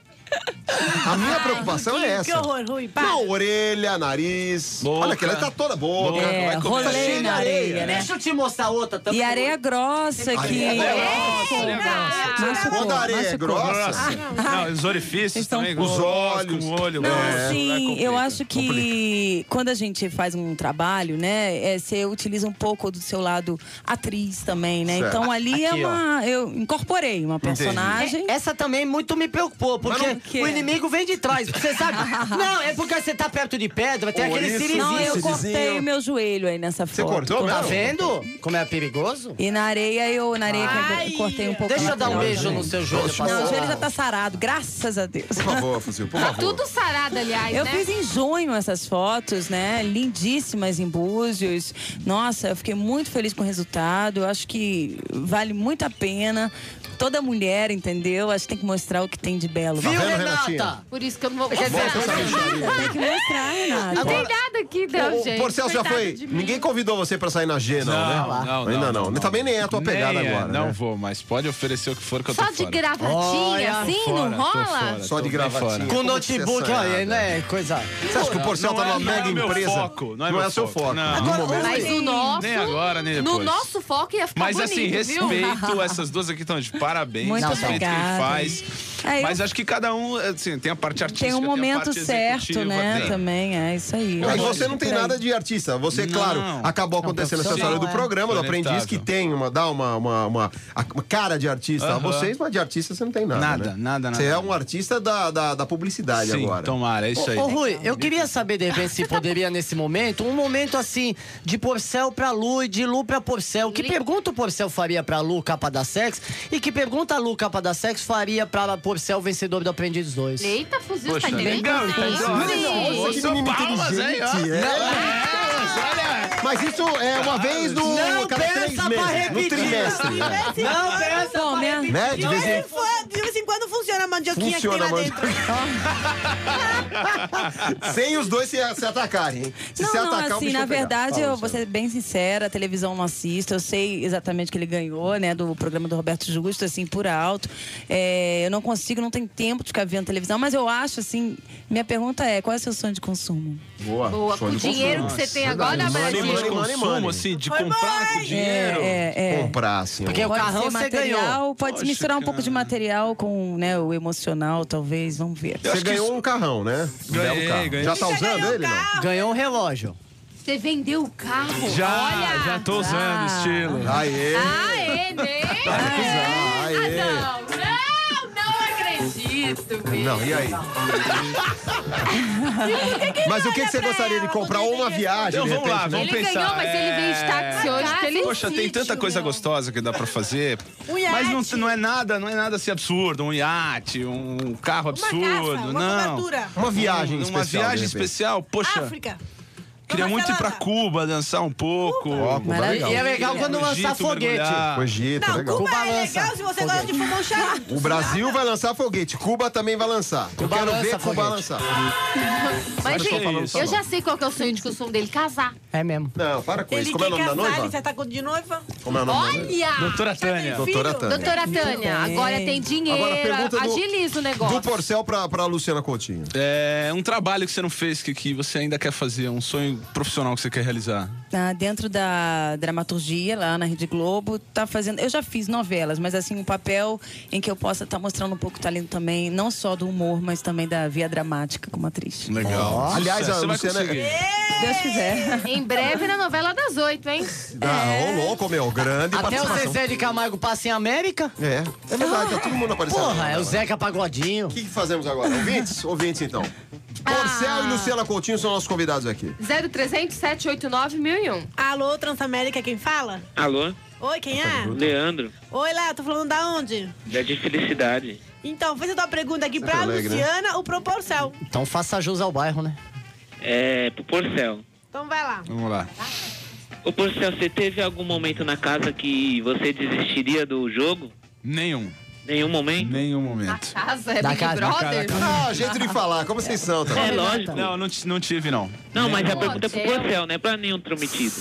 A minha preocupação é Que essa. horror, Rui. Para. Não, orelha, nariz. Boca. Olha que ela tá toda boca. É, vai comer. rolê Cheia de na areia, né? Deixa eu te mostrar outra também. E areia grossa aqui. né? É, Machucou, Quando a areia é machucou. grossa, Ah, então Nossa. Ah, Não, os orifícios Estão também. com- Os olhos. O olho. Não, é, sim, complica. assim, eu acho que quando a gente faz um trabalho, né, é, você utiliza um pouco do seu lado atriz também, né? Certo. Então ali é Aqui, ó. uma. Eu incorporei uma personagem. Essa também muito me preocupou, Mas não- porque o inimigo vem de trás. (laughs) Você sabe? não, é porque você tá perto de pedra, tem Por aquele isso- Não, sirizinho. eu Esse cortei desenho. o meu joelho aí nessa foto. você cortou Tá mesmo? vendo como é perigoso? E na areia eu na areia que eu cortei um pouco. Deixa a eu dar um maquiagem. beijo no seu joelho. pra Não, o você. joelho já tá sarado, graças a Deus. Por favor, Fuzil, por favor. Tá Tudo sarado, aliás, Eu né? fiz em junho essas fotos, né? Lindíssimas em Búzios. Nossa, eu fiquei muito feliz com o resultado. Eu acho que vale muito a pena. Toda mulher, entendeu? Acho que tem que mostrar o que tem de belo. um Viu, vendo, Renata? Renatinha? Por isso que eu não vou Quer dizer, mostrar. Essa bicharia. Tem que mostrar, Renata. Não tem nada que deu, O gente. Porcel já Coitado foi. de mim. Ninguém convidou você pra sair na G, não, né? Não, não, Ainda não, não. não. Também nem é a tua pegada Nem é, agora. Não né? vou, mas pode oferecer o que for que eu tô Só de fora. gravatinha, assim, fora, não tô rola? fora, Só de tô bem gravatinha. fora. Com Como que notebook, você é olha, sacada? né? Coisa. Você acha que o Porcel tá Não é- numa não é mega o meu empresa? foco, não é meu seu foco. foco. Não. No Agora, momento- mas o nosso. Nem agora, nem No depois. nosso foco ia ficar Tá Mas bonito, assim, viu? (laughs) respeito, essas duas aqui estão de parabéns, Muito respeito obrigada. quem faz. É, eu- Mas acho que cada um assim, tem a parte artística. Tem um momento tem a parte certo, executiva, né? tem. Também, é isso aí. Mas Eu você não acho tem um por aí. nada de artista. Você, claro, acabou acontecendo tá essa história profissional, do é. programa, do Conectável. aprendiz, que tem uma, dá uma, uma, uma- uma cara de artista. Aham. Vocês, mas de artista você não tem nada. Nada, né? nada, nada. Você é um artista da, da, da publicidade Sim, agora. tomara, é isso aí. Ô, Rui, eu queria saber de repente se poderia nesse momento, um momento assim, de Porcel pra Lu e de Lu pra Porcel. Que pergunta o Porcel faria pra Lu, capa da Sex? E que pergunta a Lu, capa da Sex, faria pra Porcel, vencedor do Aprendiz 2? Eita, fuzil, Poxa, tá né? entendendo? legal, Sim, então, olha, sim. Ah, não, Ô, que São menino Palmas, hein, ó. inteligente, é. Mas isso é uma vez no Não cada três pensa pra meses, no repetir. trimestre. né? Não, pensa Bom, minha- Né? De De vez vez, em- em... de vez em quando funciona a mandioquinha Funciona, que tem lá mas- dentro. Sem os dois se, se atacarem. hein? Se não, se não, atacar, um o assim, bicho na vai pegar. verdade, Fala, eu Luciano. vou ser bem sincera, a televisão não assiste, eu sei exatamente que ele ganhou, né, do programa do Roberto Justo, assim, por alto. É, eu não consigo, não tenho tempo de ficar vendo televisão, mas eu acho, assim, minha pergunta é, qual é o seu sonho de consumo? Boa. Boa, com Show o de dinheiro que você tem agora, Money, Brasil. money, money, money. assim, de comprar com dinheiro. É, é, é. Comprar, assim. Porque ó. o ser carrão você ganhou. material, pode Poxa, misturar um pouco cara. de material com né, o emocional, talvez, vamos ver. Eu Você acho que ganhou isso- um carrão, né? Um Ganhei, belo carro. ganhei. Já tá Já usando ganhou ele? não? carro. Ganhou um relógio. Você vendeu o carro? Já, Olha! já tô usando estilo. Aê! Aê, né? Aê. Ah, não. Não, não acredito, bicho. Não, e aí? Mas o que, que você pra gostaria de ela comprar? quando Ou uma ele viagem, Então, de vamos lá, repente, né? Ele Vamos pensar, ganhou, mas ele veio de é. táxi hoje, que ele... Poxa, tem tanta coisa gostosa que dá pra fazer. Um mas não, iate. não é nada, não é nada assim absurdo, um iate, um carro absurdo, casa, uma não. cobertura. Uma viagem uma especial. de viagem repente. especial, poxa. África. Queria Vamos muito ir pra lá. Cuba, dançar um pouco. Ó, Cuba é Maravilha. legal. E é legal quando No lançar Egito, foguete. mergulhar. O Egito, é Tá Não, legal. Cuba é balança. legal se você gosta de fumar um charuto. O Brasil vai lançar foguete. Cuba também vai lançar. Eu quero lança ver Cuba foguete. lançar. Mas, Acho que é gente, isso. eu já sei qual que é o sonho de consumo dele, casar. É mesmo. Não, para com Ele isso. Como é o quer nome da casar, ele se noiva? atacou de noiva. Como é o nome da noiva? Olha! Doutora Tânia. Doutora filho. Tânia. Doutora Tânia, agora tem dinheiro, Agora a pergunta do- agiliza o negócio. Do Porcel pra, pra Luciana Coutinho. É um trabalho que você não fez, que, que você ainda quer fazer, um sonho profissional que você quer realizar. Tá dentro da dramaturgia lá na Rede Globo, tá fazendo. Eu já fiz novelas, mas assim, um papel em que eu possa estar mostrando um pouco o talento também, não só do humor, mas também da via dramática como atriz. É! Legal. Aliás, a você vai Luciana- conseguir. Se Deus quiser. Em breve na novela das oito, hein? Ah, ô louco, meu. Grande Até o participação. Zezé de Camargo passa em América. É, é verdade. Tá todo mundo aparecendo. Porra, é o Agora. Zeca Pagodinho. O que, que fazemos agora? Ouvintes? Ouvintes, então. Porcel e Luciana Coutinho são nossos convidados aqui. 0300 789 1001. Alô, Transamérica, quem fala? Alô, Oi, quem é? Leandro, Oi, lá, tô falando da onde? da de felicidade. Então, fez a tua pergunta aqui pra Alegre, né? Luciana ou pro Porcel. Então faça jus ao bairro, né? É, pro Porcel. Então vai lá. Vamos lá. Ô Porcel, você teve algum momento na casa que você desistiria do jogo? Nenhum. Nenhum momento? Nenhum momento. Casa é Da Big casa, da Brother? Ah, jeito de falar. Como vocês são, tá? É lógico. Não, não, ti- não tive, não. Não, Nenhum. mas a pergunta é pro Hotel. Porcel, não é pra nenhum prometido.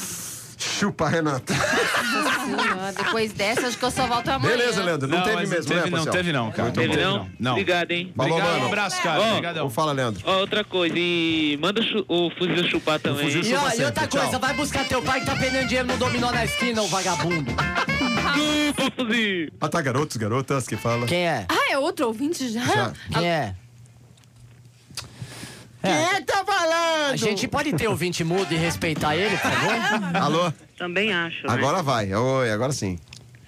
Chupa, Renata. Nossa Senhora, Depois dessa, acho que eu só volto amanhã. Beleza, Leandro. Não, teve mas mesmo, não teve, né, Não Porcel? teve, não, cara. Não Teve não? Não. Obrigado, hein? Falou, Obrigado, um mano. abraço, cara. Ó, Obrigadão. Vamos falar, Leandro. Ó, outra coisa, e manda o, chu- o fuzil chupar também. fuzil E, chupa ó, e sempre, outra tchau. coisa, vai buscar teu pai que tá perdendo dinheiro no dominó na esquina, ô vagabundo. Chupa, fuzil! Ah, tá, garotos, garotas que fala. Quem é? Ah, é outro ouvinte já? Já. Quem é? Quem é tá falando? A gente pode ter ouvinte mudo e respeitar ele, por (laughs) favor? Alô? Também acho, né? Agora vai. Oi, agora sim.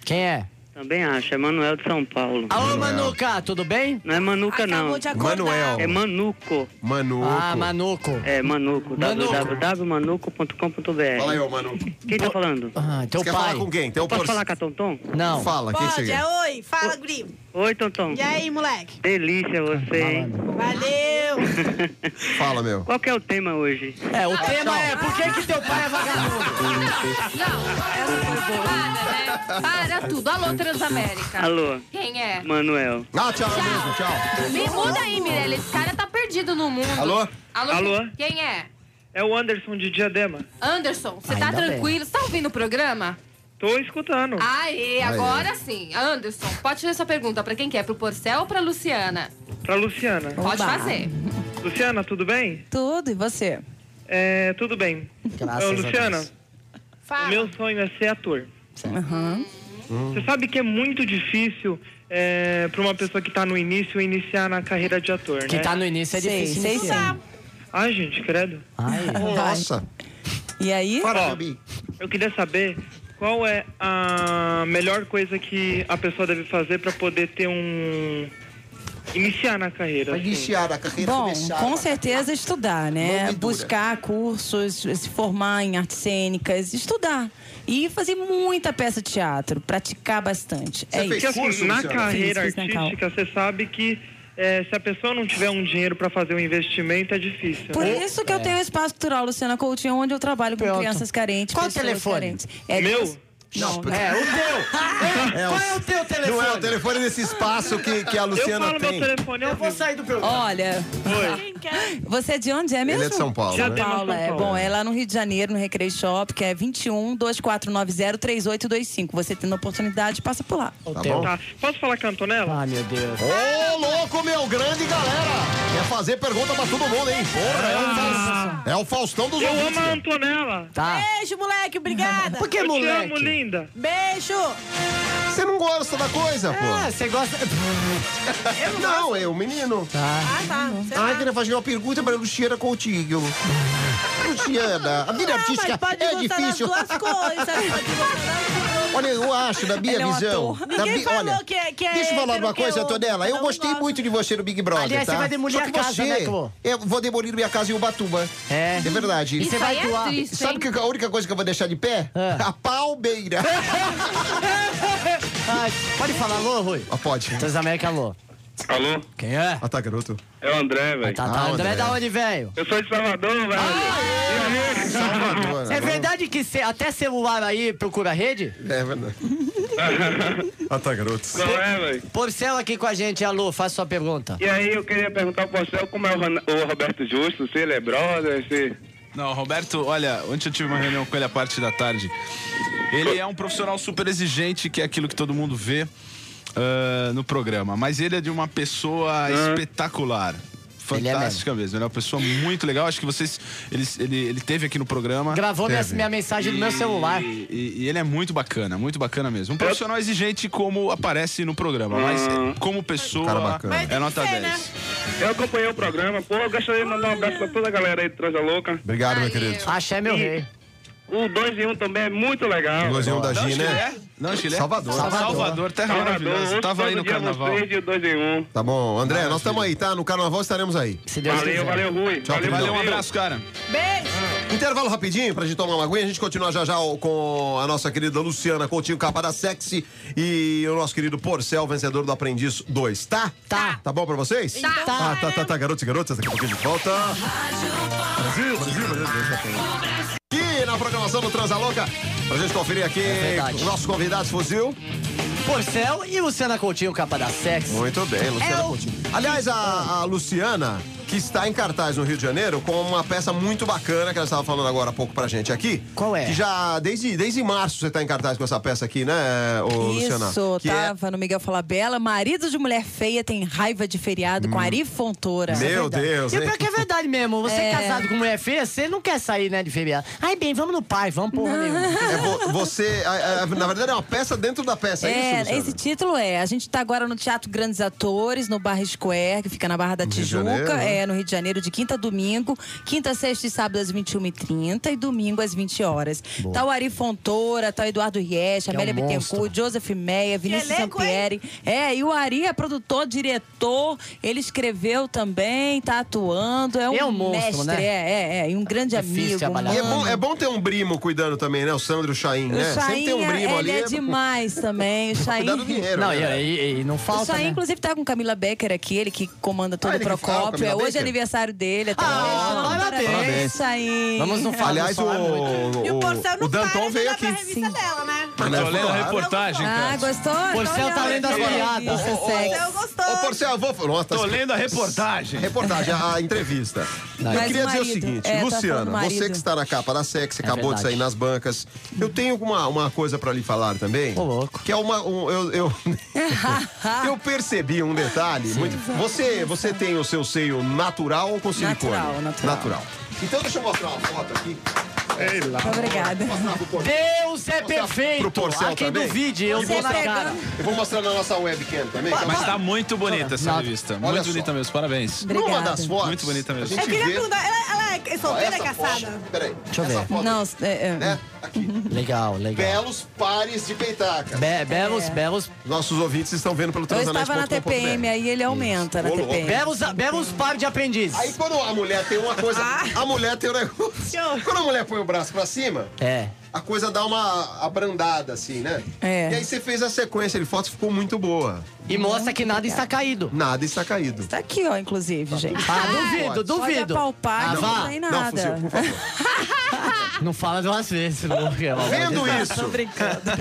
Quem é? Também acho. É Manuel de São Paulo. Alô, Manuca, tudo bem? Não é Manuca, Acabou não. de acordar. Manuel. É Manuco. Manuco. Ah, Manuco. É Manuco. Manuco. Fala aí, www.manuco.com.br ô, Manuco. Você Quem tá falando? Ah, teu quer pai. falar com quem? Tem o Posso Porcel. falar com a Tonton? Não. Fala, quem você Pode, é quer? oi. Fala, Gri. Oi, Tonton. E aí, moleque? Delícia você, hein? Valeu. Fala, meu. Qual que é o tema hoje? É, o tema é por que, que teu pai é vagabundo? Não, para, né? Para tudo. Alô, Transamérica. Alô, Quem é? Manuel. Ah, tchau, mesmo, tchau. Me muda aí, Mirella. Esse cara tá perdido no mundo. Alô? Alô? Alô? Quem é? É o Anderson de Diadema. Anderson, você tá Ainda bem. tranquilo? Você tá ouvindo o programa? Tô escutando. Aê, agora sim. Anderson, pode fazer sua pergunta pra quem quer, pro Porcel ou pra Luciana? Pra Luciana. (laughs) Pode fazer. Luciana, tudo bem? Tudo, e você? É, tudo bem. Graças Ô, a Luciana, Deus. o meu sonho é ser ator. Aham. Você sabe que é muito difícil é, para uma pessoa que tá no início iniciar na carreira de ator, Que né? tá no início é Sei, difícil sei iniciar. sim. Ai, gente, credo. Ai. Nossa. E aí? Ó, eu queria saber qual é a melhor coisa que a pessoa deve fazer para poder ter um... Iniciar na carreira. assim. Bom, com certeza estudar, né? Buscar cursos, se formar em artes cênicas, estudar. E fazer muita peça de teatro, praticar bastante. é Porque, isso. assim, na carreira Fiz, fiz na Cal. artística, você sabe que eh, se a pessoa não tiver um dinheiro para fazer um investimento, é difícil. Por né? isso É. que eu tenho o Espaço Cultural Luciana Coutinho, onde eu trabalho com Pronto. crianças carentes. Qual pessoas telefone? Carentes. É Meu? Não, (laughs) né? É, o teu! É, Qual é o teu telefone? Não é o telefone desse espaço que, que a Luciana tem. telefone, eu vou sair do programa. Olha. (laughs) Você é de onde é mesmo? Ele é de São Paulo, São né? Paulo, é. São Paulo. Bom, é lá no Rio de Janeiro, no Recreio Shop, que é 21 2490 3825. Você tendo a oportunidade, passa por lá. Tá bom? Tá. Posso falar com a Antonella? Ah, meu Deus. Ô, louco, meu, grande galera! Quer fazer pergunta pra todo mundo, hein? Porra, é, o Faustão- é o Faustão dos Ah. Eu ouvintes, amo a né? Antonella. Tá. Beijo, moleque, obrigada. Por que, Eu te moleque? amo, linda. Beijo. Você não gosta da coisa, pô? Ah, você gosta. não, é o menino. Ah, tá. Sei lá. Ah, eu queria fazer uma pergunta para Luciana Coutinho. Luciana, a vida Não, artística Ah, mas pode é gostar das difícil. duas coisas, pode gostar Olha, eu acho, na minha Ele é um visão. ator. na Ninguém mi- falou olha, que é- que é deixa eu falar hétero, uma que é coisa, outro, Antonella. Eu gostei muito de você no Big Brother. Aliás, tá? você vai demolir Só que a casa, você, né, Clô? Eu vou demolir minha casa em Ubatuba. É. É verdade. Isso E você vai aí é doar. Ah. triste, Sabe que a única coisa que eu vou deixar de pé? A palmeira. Ai, (laughs) pode falar alô, Rui? Ah, pode. Transamérica, é alô. (laughs) Alô? Quem é? Ah, tá, garoto. Ah, É o André, velho. Tá, tá. André, da onde, Ah. velho? Eu sou de Salvador, velho. É verdade que cê- até celular aí procura rede? (laughs) É verdade. ah, tá, garoto. Não é, velho? Porcel aqui com a gente, alô, faça sua pergunta. E aí eu queria perguntar pro Marcel como é o Ran- o Roberto Justo, se ele é brother, se... Não, Roberto, olha, ontem eu tive uma reunião com ele à parte da tarde. Ele é um profissional super exigente, que é aquilo que todo mundo vê ah, no programa. Mas ele é de uma pessoa Ah. espetacular. Fantástica mesmo. Ele é uma pessoa muito legal. Acho que vocês. Ele, ele, ele teve aqui no programa. Gravou minha- minha mensagem do meu celular. E, e ele é muito bacana, muito bacana mesmo. Um profissional exigente como aparece no programa, mas Ah. como pessoa é nota 10. né? Eu acompanhei o programa, pô, eu gostaria de mandar um abraço pra toda a galera aí de Transa Louca. Obrigado, meu querido. Axé, é meu E rei. O 2 em 1 um também é muito legal. O dois em um da Não, Gi, acho né? que ele é. Não, acho que ele é. Salvador. Salvador, terra maravilhosa. ouço Tava aí todo no dia carnaval. Vocês de 2 em 1. Um. Tá bom, André, nós estamos aí, tá? No carnaval estaremos aí. Deus Valeu, quiser. valeu, Rui. Tchau, Valeu, queridão. valeu, um abraço, cara. Beijo. Intervalo rapidinho pra gente tomar uma aguinha. A gente continua já já com a nossa querida Luciana Coutinho, capa da sexy e o nosso querido Porcel, vencedor do Aprendiz 2, tá? Tá. Tá bom pra vocês? Tá. Ah, tá, tá, tá, garotos e garotas, daqui a pouquinho de volta. Brasil, Brasil, Brasil. Aqui na programação do Transalouca, pra gente conferir aqui verdade. os nossos convidados fuzil. Porcel e Luciana Coutinho, capa da sexy. Muito bem, Luciana É o- Coutinho. Aliás, a, a Luciana, que está em cartaz no Rio de Janeiro, com uma peça muito bacana que ela estava falando agora há pouco pra gente aqui. Qual é? Que já, desde, desde março, você está em cartaz com essa peça aqui, né, ô, Luciana? Isso, tá. que é- tava no Miguel Falabella. Marido de mulher feia tem raiva de feriado com Ari Fontoura. Hum. Meu Deus, E o pior hein? que é verdade mesmo, você É. casado com mulher feia, você não quer sair, né, de feriado. Ai, bem, vamos no pai, vamos porra nenhuma. É vo- você, a- a- na verdade, é uma peça dentro da peça, é, isso, Luciana? esse título é. A gente tá agora no Teatro Grandes Atores, no Barra Square, que fica na Barra da Rio de Tijuca, Janeiro, né? é no Rio de Janeiro, de quinta a domingo, quinta, sexta e sábado às 21h30 e domingo às 20 horas. Boa. Tá o Ari Fontoura, tá o Eduardo Riesch, é um Amélia Bittencourt, Joseph Meia, Vinícius Sampieri. É, e o Ari é produtor, diretor, ele escreveu também, tá atuando, é um, É um monstro, mestre, né? é, é, é, e um grande amigo. E é bom, mano. é bom ter um primo cuidando também, né? O Sandro Chain, O né? Sempre tem um Chainha, primo ali. ele é demais também. O Chain... Cuidado do dinheiro. Não, né? e, e- e não o falta, Chain, né? inclusive, tá com Camila Becker aqui, ele que comanda todo Ah, o ele que fala, Procópio. Camila Hoje Hoje é aniversário dele. Até hoje. Ah, parabéns. Isso aí. Vamos não falar. Aliás, o, falar o, o Danton veio aqui. dela, né? Mas Tô lendo a reportagem, Ah, gostou? Porcel tá lendo as piadas. Isso, é sexy. Ô, Porcel, eu vou. Nossa, Tô tá- lendo a reportagem. Reportagem, a a entrevista. Não, eu queria mas o dizer o marido- seguinte, é, tá falando Luciana, do marido. você que está na capa da Sexy, É acabou de verdade. sair nas bancas. Eu tenho uma, uma coisa pra lhe falar também. Que é uma. um- eu, eu, eu percebi um detalhe. muito- você, você tem o seu seio natural ou com silicone? Natural, natural. Natural. Então deixa eu mostrar uma foto aqui. Obrigada. Deus é perfeito. Então, Pro Porcel Há quem também. duvide, eu vou vou na mostrar- cara. Eu vou mostrar na nossa webcam também. Mas tá muito bonita essa Nada. revista. Olha Muito só. bonita mesmo, parabéns. Numa Obrigada. das fotos, Muito bonita mesmo. Eu queria perguntar, ela, ela é solteira, Ó, essa caçada? Peraí. Deixa eu ver. Não, é, é, Né? Legal, legal. Belos pares de peitacas. Be- belos, É. belos. Nossos ouvintes estão vendo pelo Eu estava na TPM, aí ele aumenta na Ô, louco. TPM. Belos, belos par de aprendizes. Aí quando a mulher tem uma coisa. A mulher tem um negócio. Quando a mulher põe o braço pra cima, É. a coisa dá uma abrandada, assim, né? É. E aí você fez a sequência de fotos, ficou muito boa. E mostra que nada está caído. Nada está caído. Tá aqui, ó, inclusive, gente. Ah, duvido, duvido. Pode apalpar Ah, que vá. não tem Não, nada. Não fala duas vezes, Luke. é uma Vendo maldade. isso,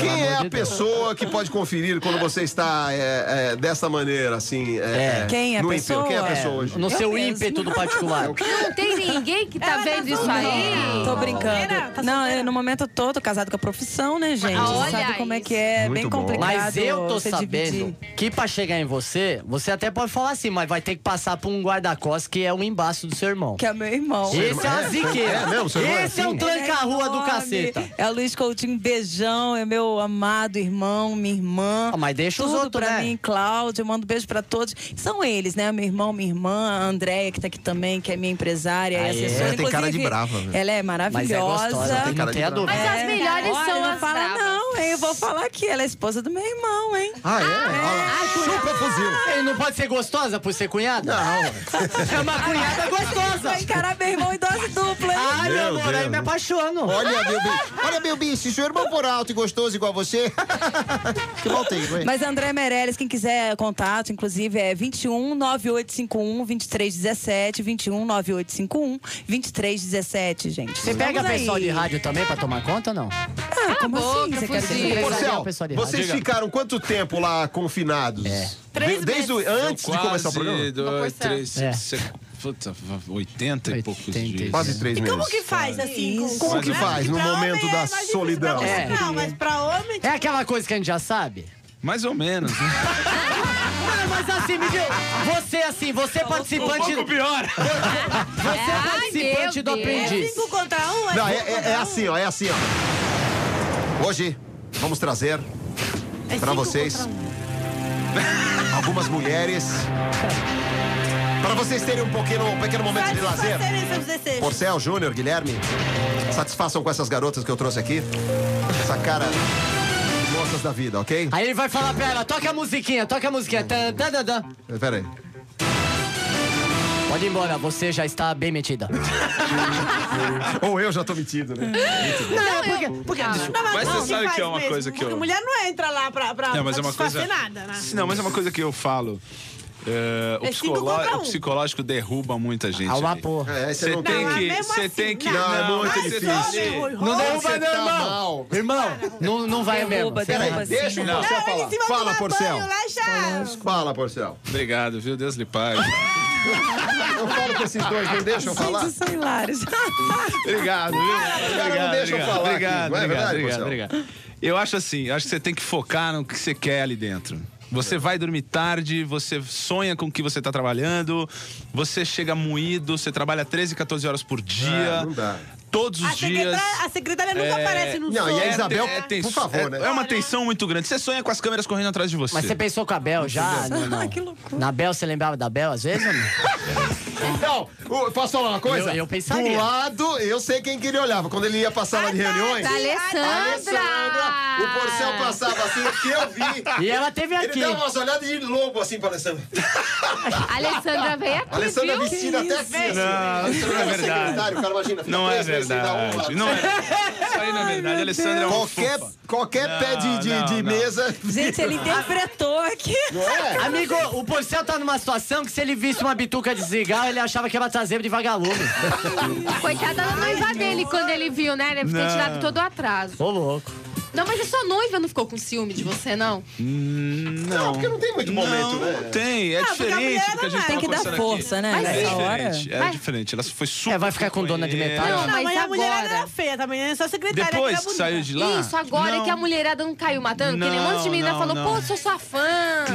quem é a pessoa que pode conferir quando você está é, é, dessa maneira, assim? É. Quem é a no ímpeto? pessoa? Quem é a pessoa É, hoje? no seu Eu mesmo. ímpeto do particular. Não tem ninguém que É, tá vendo isso aí. Tô brincando. não, eu, no momento eu tô, tô casado com a profissão, né, gente? tá Ah, Você olha sabe como é que é, bem complicado. Mas eu tô você sabendo dividir. que pra chegar em você, você até pode falar assim, mas vai ter que passar por um guarda-costas que é um embaço do seu irmão. Que é meu irmão. Esse é uma ziqueira. É mesmo, seu irmão é Esse é um assim? tranca-rua do Enorme. caceta. É o Luiz Coutinho, beijão, é meu amado irmão, minha irmã. Ah, mas deixa os Tudo outros, pra né? mim, Cláudio, eu mando beijo pra todos. São eles, né? Meu irmão, minha irmã, a Andréia, que tá aqui também, que é minha empresária, é Aê. assessora. É, tem cara de Inclusive, brava, velho. Ela é Mas é maravilhosa. gostosa, tem cara de brava. Mas as melhores Olha, são não as fala bravas. não, hein? Eu vou falar aqui, ela é esposa do meu irmão, hein? Ah, é? Chupa fuzil. Ele não pode ser gostosa por ser cunhada? (laughs) Não. Chama a cunhada gostosa. Vai encarar meu irmão em dose dupla, hein? Ai, meu, Meu amor, Deus. aí me apaixono. Olha, meu bicho. Olha, meu bicho, se seu irmão for alto e gostoso igual (laughs) você. que voltei, vai. Mas André Meirelles, quem quiser contato, inclusive, é 21 9851 2317, 21 9851 2317, gente. Você pega Vamos pessoal aí. de rádio também pra tomar conta ou não? Ah, como assim? Você quer fuzil. dizer? Empresarial, Porcel, pessoal de rádio. vocês Diga. É. ficaram quanto tempo lá confinados? Três Desde o- antes de começar o programa? Dois, três, É. se- puta, 80 e poucos dias. Quase três E meses. como que faz, assim? com- Como com- que né? faz Porque no pra homem momento é da mais difícil, solidão? pra mulher Não, mas pra homem... É aquela coisa que a gente já sabe? Mais ou menos, né? Cara, mas assim, Miguel, você assim, você participante. Um pouco pior. Você é participante do aprendiz. cinco contra um? Não, é, é- é assim, ó, é assim, ó. Hoje vamos trazer pra vocês (laughs) algumas mulheres. Pra vocês terem um pequeno, um pequeno momento de lazer. Satisfacerem seus desejos. Porcel, Júnior, Guilherme, satisfação com essas garotas que eu trouxe aqui. Essa cara. Moças da vida, ok? Aí ele vai falar pra ela, toca a musiquinha, toca a musiquinha. Tan, tan, tan, tan. Eh, Pera aí. Pode ir embora, você já está bem metida. Ou eu já tô metido, né? (laughs) Não, é é porque, porque Não, Mas você não, sabe faz que é uma mesmo, coisa que porque eu- mulher não entra lá pra, pra Não, mas é uma satisfazer coisa. nada, né? Não, mas é uma coisa que eu falo. é, o, É cinco psicolo- contra um. o psicológico derruba muita gente. Ah, uma ali. porra. É, você Você não tem tem. Não, que. mas Você mesmo tem assim, que. não, é muito mas você difícil. tem que- Não derruba, Você não, tá irmão. mal. (laughs) Irmão, não, não vai mesmo. Derruba, Pera aí, derruba assim. deixa o Não. Porcel falar. Em cima Fala, tomar Porcel. banho lá já. Fala, Porcel. Obrigado, viu? Deus lhe pague. Eu falo com esses dois, não deixam falar? Gente, são hilários. Obrigado, viu? Obrigado, deixa eu obrigado, falar aqui, Obrigado, não é obrigado, verdade, obrigado, Marcelo? obrigado. Eu acho assim, acho que você tem que focar no que você quer ali dentro. Você vai dormir tarde, você sonha com o que você tá trabalhando, você chega moído, você trabalha 13, 14 horas por dia. É, não dá. Todos os A dias. secretária, a secretária nunca É. aparece no Não, som. e a Isabel, É tenso- por favor, é, né? é uma tensão muito grande. Você sonha com as câmeras correndo atrás de você. Mas você pensou com a Bel já? Não, não. que loucura. Na Bel, você lembrava da Bel às vezes ou não? Então, o- posso falar uma coisa? Eu- eu Do pensaria. lado, eu sei quem que ele olhava. Quando ele ia pra sala de reuniões, Da Ah, tá, Alessandra! Alessandra, o Porcel passava assim, que eu vi. (laughs) E ela teve Ele aqui. dava umas olhadas de lobo assim pra Alessandra. A (laughs) Alessandra veio aqui, A Alessandra viu? vestida até assim. Não, assim. isso não é verdade. Secretário, o cara imagina, fica Não é preso, assim, dá um (laughs) verdade. lado. Não é. Isso aí aí, na verdade. A Alessandra é uma Qualquer, fofa. qualquer Não, pé de, de, não, de não. mesa. Gente, ele interpretou aqui. é? Amigo, o Porcel tá numa situação que se ele visse uma bituca de cigarro, ele achava que era traseiro de vagalume. Coitada da noiva dele quando ele viu, né? Deve ter Não. tirado todo o atraso. Ô, louco. Não, mas a sua noiva não ficou com ciúme de você, não? Não. porque não tem muito momento, não, né? Não tem, é Ah, porque a diferente mulher do que a não gente é. tava Tem que dar conversando aqui. força, né, Mas É nessa hora. diferente, é Mas- diferente. Ela foi super. É, vai ficar com dona de metal. companheira. Não, mas, mas a mulher agora... era feia também, né? Só a secretária Depois que era que saiu de lá? Isso, agora Não. que a mulherada não caiu matando, que nem um monte de Não, menina não, falou, não. pô, sou sua fã.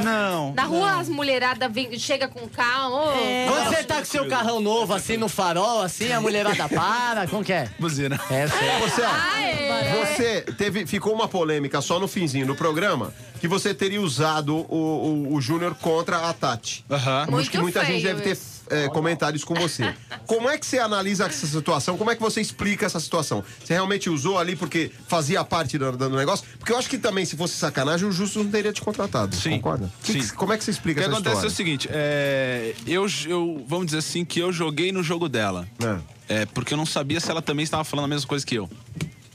Não, Na rua as mulheradas vêm- chega com calma. ô. Quando você tá com seu carrão novo, assim, no farol, assim, a mulherada para, como que é? Buzina. É, sério. Você, ó, Aê! você teve, ficou uma polêmica só no finzinho do programa que você teria usado o, o, o Júnior contra a Tati. Aham. Acho que Muito muita gente feio deve ter isso. é, comentários com você. Como é que você analisa essa situação? Como é que você explica essa situação? Você realmente usou ali porque fazia parte do, do negócio? Porque eu acho que também, se fosse sacanagem, o Justo não teria te contratado. Sim. Concorda? Que- Sim. como é que você O que explica essa acontece é o história? seguinte, é, eu, eu, vamos dizer assim, que eu joguei no jogo dela. É, porque eu não sabia se ela também estava falando a mesma coisa que eu.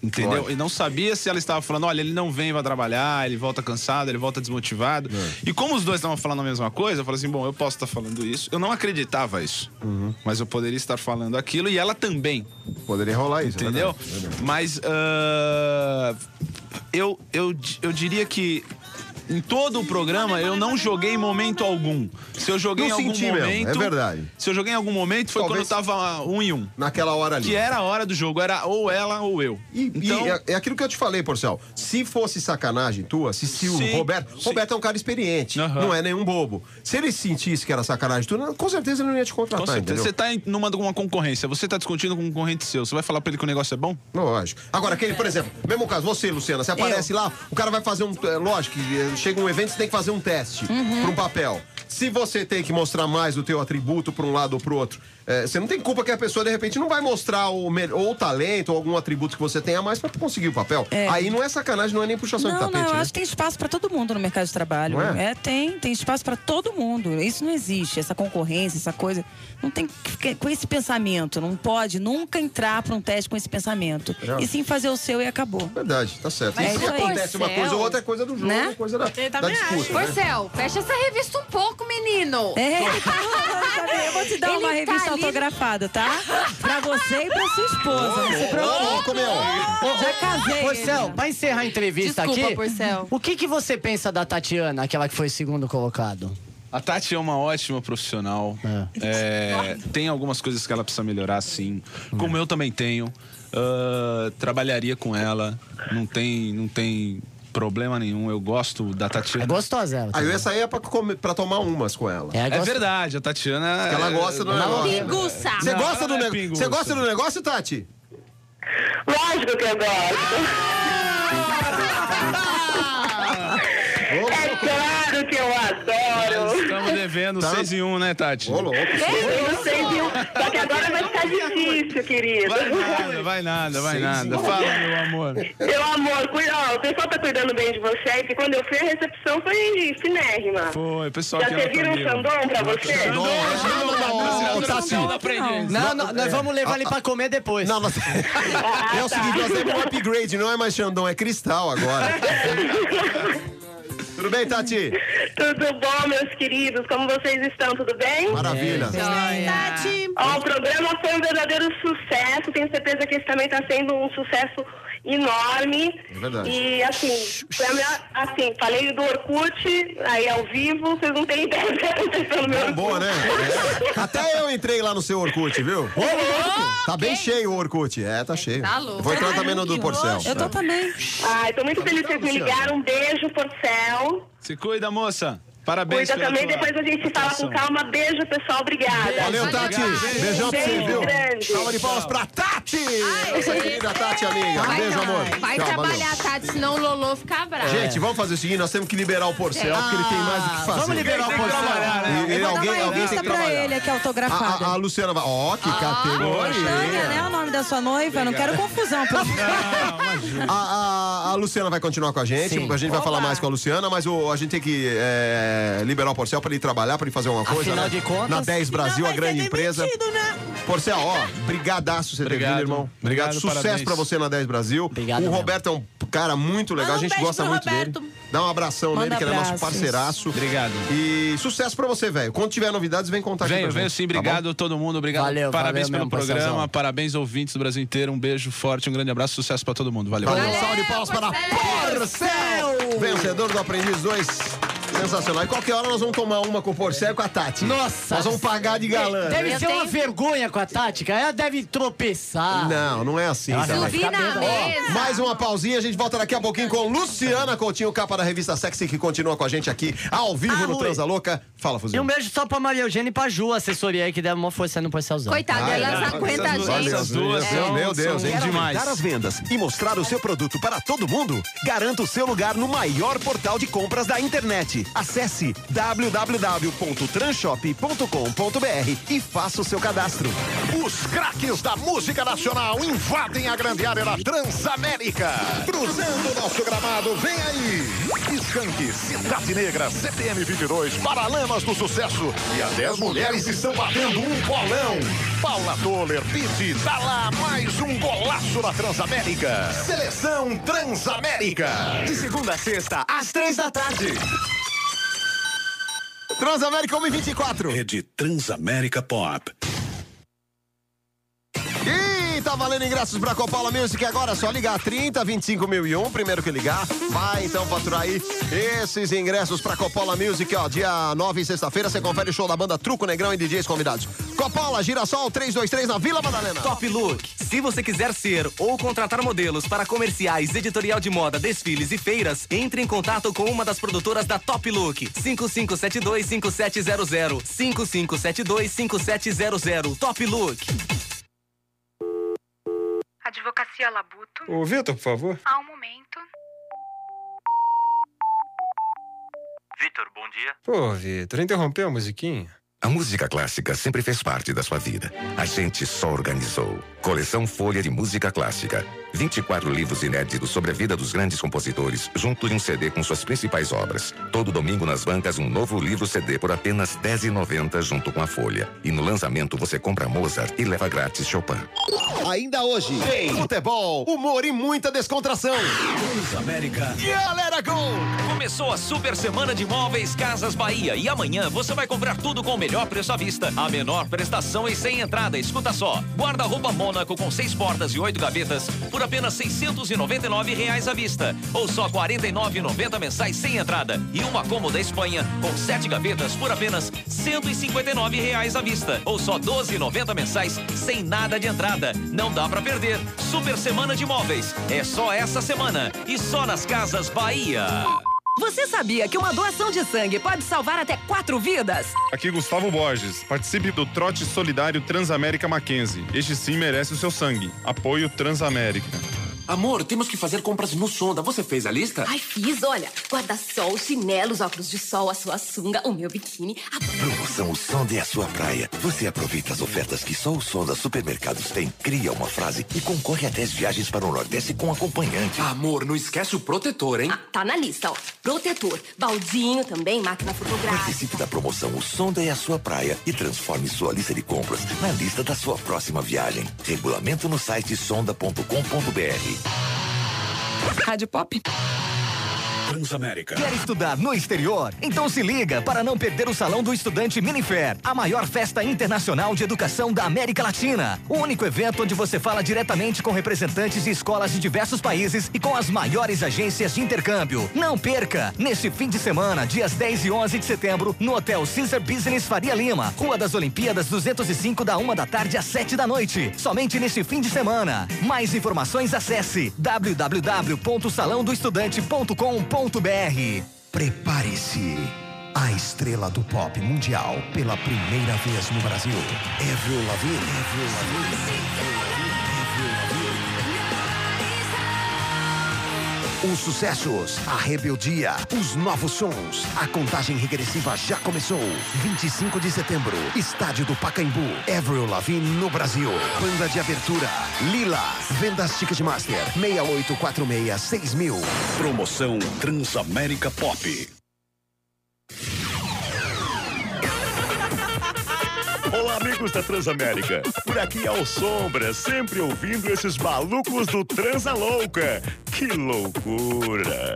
Entendeu? Claro. E não sabia se ela estava falando, olha, ele não vem pra trabalhar, ele volta cansado, ele volta desmotivado. É. E como os dois estavam falando a mesma coisa, eu falei assim, bom, eu posso estar falando isso. Eu não acreditava isso. Uhum. Mas eu poderia estar falando aquilo e ela também. Poderia rolar isso. é Entendeu? verdade, é verdade. Mas ah, eu, eu, di- eu diria que em todo o programa eu não joguei em momento algum. Se eu joguei em Não algum senti mesmo, momento. é verdade. Se eu joguei em algum momento foi Talvez- quando eu tava um em um. Naquela hora ali. Que era a hora do jogo, era ou ela ou eu. E, e então, é, é aquilo que eu te falei, Porcel. Se fosse sacanagem tua, se, se Sim, o Roberto. sim. Roberto é um cara experiente, não é nenhum bobo. Se ele sentisse que era sacanagem tua, com certeza ele não ia te contratar, com certeza. Ah, entendeu? Você tá em numa uma concorrência, você tá discutindo com um concorrente seu, você vai falar pra ele que o negócio é bom? Lógico. Agora, aquele, por exemplo, mesmo caso, você, Luciana, você aparece lá, o cara vai fazer um. é, Lógico, que, é, chega um evento, você tem que fazer um teste pra um papel. Se você tem que mostrar mais o teu atributo pra um lado ou pro outro, é, você não tem culpa que a pessoa, de repente, não vai mostrar o, mel- ou o talento ou algum atributo que você tenha mais pra conseguir o papel. Aí não é sacanagem, não é nem puxação Não, de tapete. não, eu né? acho que tem espaço pra todo mundo no mercado de trabalho. Não é? É, tem, tem espaço pra todo mundo. Isso não existe, essa concorrência, essa coisa. Não tem que ficar com esse pensamento, não pode nunca entrar pra um teste com esse pensamento. É. E sim fazer o seu e acabou. Verdade, tá certo. Mas E se isso aí, acontece uma Marcel. coisa ou outra, é coisa do jogo, Né? é coisa da, Ele da também disputa. né? Porcel, fecha essa revista um pouco, menino. É, eu vou te dar Ele uma tá revista ali- autografada, tá? Pra você e pra sua esposa. Não se preocupe. Já casei. Porcel, pra encerrar a entrevista Desculpa, aqui, Porcel. o que, que você pensa da Tatiana, aquela que foi segundo colocado? A Tati é uma ótima profissional. É, tem algumas coisas que ela precisa melhorar, sim. Como eu também tenho. Ah, trabalharia com ela. Não tem, não tem problema nenhum. Eu gosto da Tatiana. É gostosa ela. Aí Ah, eu também. ia sair é pra, comer- pra tomar umas com ela. É, É gostosa. verdade, a Tatiana. Porque ela gosta do é- negócio. Pinguça. Tá. Você Não, gosta, do ela não é nego- pinguça. Você gosta do negócio, Tati? Lógico que eu gosto. Ah! É claro que eu Nós adoro. Estamos devendo Tá. 6 em 1, né, Tati? Ô, louco. Eu não sei, viu? Só que agora vai ficar difícil, querido. Vai nada, vai nada, vai Seis em nada. um. Fala, meu amor. Meu amor, cuida, ó, o pessoal tá cuidando bem de você, aí, porque quando eu fui, a recepção foi finérrima. Foi, pessoal. Já aqui na serviram um família. sandom pra você? Não, não, não, não, Tati. Não, não, nós vamos levar ele pra comer depois. Não, (laughs) (laughs) nós... É o seguinte, nós temos um upgrade, não é mais Xandão, é Cristal (laughs) agora. Tudo bem, Tati? Tudo bom, meus queridos? Como vocês estão? Tudo bem? Maravilha. Tati. Ó, o programa foi um verdadeiro sucesso. Tenho certeza que esse também está sendo um sucesso enorme. É verdade. E assim, foi a melhor, assim, falei do Orkut, aí ao vivo, vocês não têm ideia (laughs) do que aconteceu no meu Orkut. Boa, né? É. Até eu entrei lá no seu Orkut, viu? Tá bem cheio o Orkut. É, tá cheio. Tá louco. Vou entrar também no do Porcel. Eu tô também. Ai, tô muito feliz que vocês me ligaram. Um beijo, Porcel. Se cuida, moça. Parabéns Cuida pela também, tua depois a gente se fala com atuação. calma. Beijo, pessoal. Obrigada. Valeu, Valeu, Tati. Tati. Beijão pra você, Beijo viu? grande. Salva de palmas pra Tati. Ah, Nossa querida Tati, amiga. é. Vai, Beijo, tra- amor. vai Tchau, valeu. trabalhar, Tati, senão o Lolô fica bravo. Gente, vamos fazer o seguinte, nós temos que liberar o Porcel, porque ele tem mais o que fazer. Ah, Vamos liberar o Porcel. E- e Eu vou alguém, dar uma alguém tem revista que pra trabalhar. ele aqui autografada. A, a- a Luciana vai... Ó, que Tânia, categoria. né? O nome da sua noiva? Não quero confusão. pelo amor de Deus. A, a- a Luciana vai continuar com a gente, Sim. a gente vai falar mais com a Luciana, mas o- a gente tem que eh, é, liberar o Porcel pra ele trabalhar, pra ele fazer uma coisa. Afinal né? de contas- Na 10 Brasil, Não a vai ser grande empresa. demitido, né? Porcel, ó, brigadaço você ter vindo, irmão. Obrigado. Obrigado, Sucesso parabéns. pra você na 10 Brasil. o mesmo. Roberto é um cara muito legal, Manda um a gente beijo gosta pro muito dele. Roberto. Dá um abração Manda nele, que ele é nosso abraços. parceiraço. Obrigado. E sucesso pra você, velho. Quando tiver novidades, vem contar aqui Venho, pra venho gente, sim. tá bom? Obrigado a todo mundo. Obrigado. Valeu, parabéns valeu pelo mesmo, programa. parceirão. Parabéns, ouvintes do Brasil inteiro. Um beijo forte, um grande abraço. Sucesso pra todo mundo. Valeu. Valeu, salve de palmas para Porcel! Vencedor do Aprendiz 2. Sensacional. E qualquer hora nós vamos tomar uma com o Porcel e com a Tati. Nossa! Nós vamos pagar de galã. Deve né? ser uma vergonha com a tática. Ela deve tropeçar. Não, não é assim. Ela Zé. vai ficar Ó, bêbada. mais uma pausinha, a gente volta daqui a pouquinho com Luciana Coutinho, capa da revista Sexy, que continua com a gente aqui, ao vivo Ah, no Rui. Transa Louca. Fala, E Fuzil. um beijo só pra Maria Eugênia e pra Ju, a assessoria aí que deram uma força no Porcelzão. Coitada, Ah, elas é. Essas aguentam a duas- gente. essas duas É. são- Meu Deus, hein? Quer Demais. aumentar as vendas e mostrar o seu produto para todo mundo? Garanta o seu lugar no maior portal de compras da internet. Acesse www.transhop.com.br e faça o seu cadastro. Os craques da música nacional invadem a grande área da Transamérica. Cruzando nosso gramado, vem aí. Skank, Cidade Negra, CPM 22, Paralamas do Sucesso. E as 10 mulheres estão batendo um bolão. Paula Toller, Pete, tá lá mais um golaço da Transamérica. Seleção Transamérica. De segunda a sexta, às três da tarde. Transamérica 124. É Rede Transamérica Pop. E tá valendo ingressos pra Copala Music agora, é só ligar 30 25 mil e um, primeiro que ligar, vai então faturar aí esses ingressos pra Copala Music, ó, dia 9, sexta-feira, você confere o show da banda Truco Negrão e DJs convidados. Copala, Girassol 323 na Vila Madalena. Top Look. Se você quiser ser ou contratar modelos para comerciais, editorial de moda, desfiles e feiras, entre em contato com uma das produtoras da Top Look. 5572-5700. 5572-5700. Top Look. Advocacia Labuto. Ô, Vitor, por favor. Há um momento. Vitor, bom dia. Pô, Vitor, interrompeu a musiquinha? A música clássica sempre fez parte da sua vida. A gente só organizou. Coleção Folha de Música Clássica. 24 livros inéditos sobre a vida dos grandes compositores, junto de um CD com suas principais obras. Todo domingo nas bancas, um novo livro CD por apenas R$ 10,90 junto com a Folha. E no lançamento você compra Mozart e leva grátis Chopin. Ainda hoje, tem futebol, humor e muita descontração. América. Galera, gol! Começou a super semana de móveis Casas Bahia e amanhã você vai comprar tudo com o melhor preço à vista, a menor prestação e sem entrada. Escuta só, guarda-roupa Mônaco com seis portas e oito gavetas por apenas R$ reais à vista ou só R$ 49,90 mensais sem entrada e uma cômoda Espanha com sete gavetas por apenas R$ 159 reais à vista ou só R$ 12,90 mensais sem nada de entrada. Não dá pra perder. Super semana de móveis é só essa semana e só nas Casas Bahia. Você sabia que uma doação de sangue pode salvar até quatro vidas? Aqui Gustavo Borges. Participe do Trote Solidário Transamérica Mackenzie. Este sim merece o seu sangue. Apoio Transamérica. Amor, temos que fazer compras no Sonda. Você fez a lista? Ai, fiz, olha. Guarda-sol, chinelos, óculos de sol, a sua sunga, o meu biquíni. Ah, a- Promoção O Sonda é a sua praia. Você aproveita as ofertas que só o Sonda Supermercados tem, cria uma frase e concorre a 10 viagens para o Nordeste com acompanhante. Amor, não esquece o protetor, hein? Tá na lista, ó. Protetor, baldinho também, máquina fotográfica. Participe da promoção O Sonda é a sua praia e transforme sua lista de compras na lista da sua próxima viagem. Regulamento no site sonda.com.br. Rádio Pop. Transamérica. Quer estudar no exterior? Então se liga para não perder o Salão do Estudante Minifair, a maior festa internacional de educação da América Latina. O único evento onde você fala diretamente com representantes de escolas de diversos países e com as maiores agências de intercâmbio. Não perca! Neste fim de semana, dias 10 e 11 de setembro, no Hotel Caesar Business Faria Lima, Rua das Olimpíadas 205, da 1 da tarde às 7 da noite. Somente neste fim de semana. Mais informações acesse www.salãodoestudante.com.br. Prepare-se. A estrela do pop mundial pela primeira vez no Brasil. É Avril Lavigne. Avril Lavigne. Avril Lavigne. Os sucessos, a rebeldia, os novos sons. A contagem regressiva já começou. 25 de setembro, estádio do Pacaembu. É Avril Lavigne no Brasil. Banda de abertura, Lila. Vendas Ticketmaster, 6846 6000. Promoção Transamérica Pop. Olá, amigos da Transamérica. Por aqui é o Sombra, sempre ouvindo esses malucos do Transa Louca. Que loucura!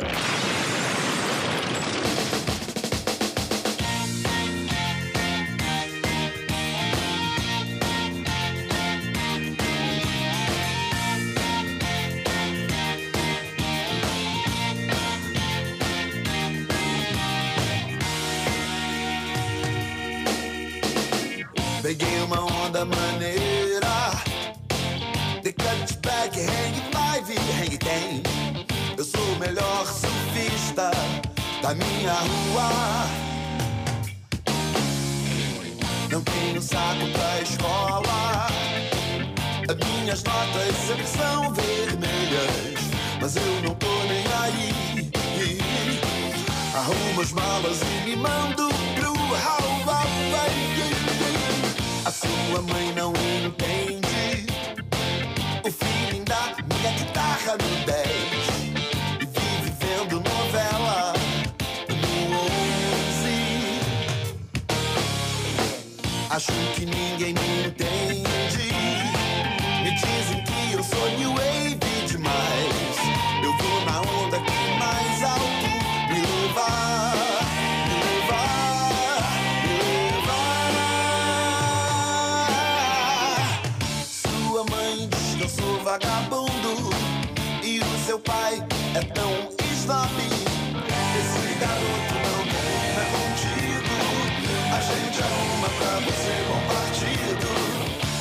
Peguei uma onda maneira The cutback, hang five, hang ten Eu sou o melhor surfista da minha rua Não tenho saco pra escola Minhas notas sempre são vermelhas Mas eu não tô nem aí Arrumo as malas e me mando pro Hawaii a sua mãe não entende O feeling da minha guitarra no 10 E vive vendo novela no 11 Acho que ninguém me entende Me dizem que eu sou new wave demais Eu vou na onda que mais alto me levar Me levar, me levar sua mãe diz que eu sou vagabundo E o seu pai é tão snob Esse garoto não tem é contigo A gente arruma pra você bom partido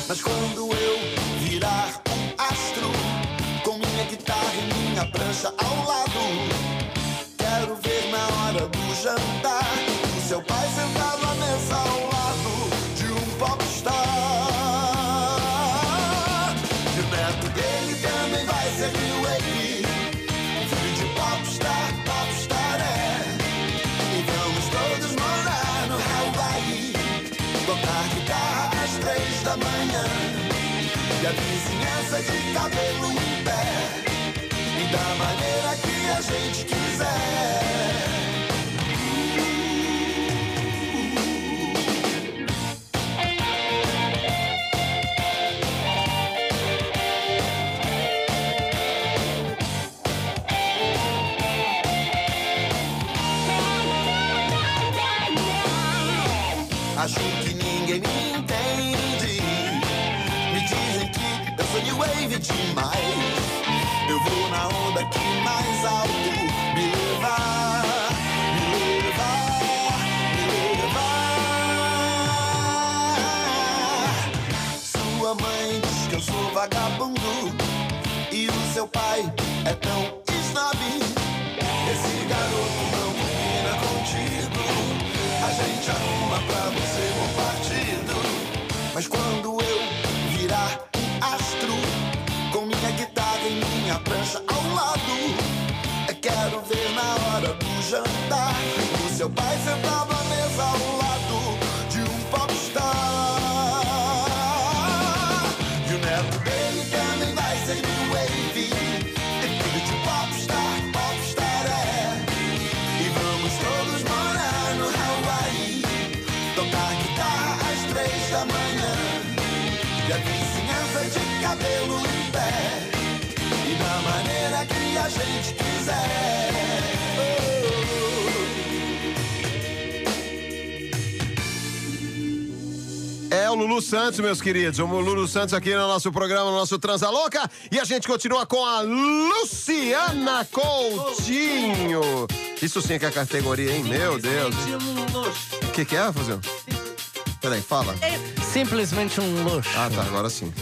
Mas quando eu virar um astro Com minha guitarra e minha prancha ao lado Quero ver na hora do jantar O seu pai sentado à mesa ao lado De um popstar E o neto dele também vai ser New Wave Filho de popstar, popstar é E vamos todos morar no Hawaii Tocar guitarra às três da manhã E a vizinhança de cabelo em pé e da maneira que a gente quiser. Acho que ninguém me entende. Me dizem que eu sou new wave demais. Eu vou na onda que mais alto me levar. me levar, me levar. Sua mãe diz que eu sou vagabundo E o seu pai é tão snob Esse garoto não combina contigo A gente arruma pra você bom partido Mas quando eu virar um astro com minha guitarra e minha prancha ao lado. Eu quero ver na hora do jantar o seu pai sentado à mesa ao lado de um popstar. E o neto dele também vai ser new wave. É filho de popstar, popstar é. E vamos todos morar no Hawaii. Tocar guitarra às três da manhã. E a vizinhança de cabelo em pé E da maneira que a gente quiser É o Lulu Santos, meus queridos. O Lulu Santos aqui no nosso programa, no nosso Transa Louca. E a gente continua com a Luciana Coutinho. Isso sim que é categoria, hein? Meu Deus. O que, que é, Fuzil? Peraí, fala. Simplesmente um luxo. Ah, tá, agora sim.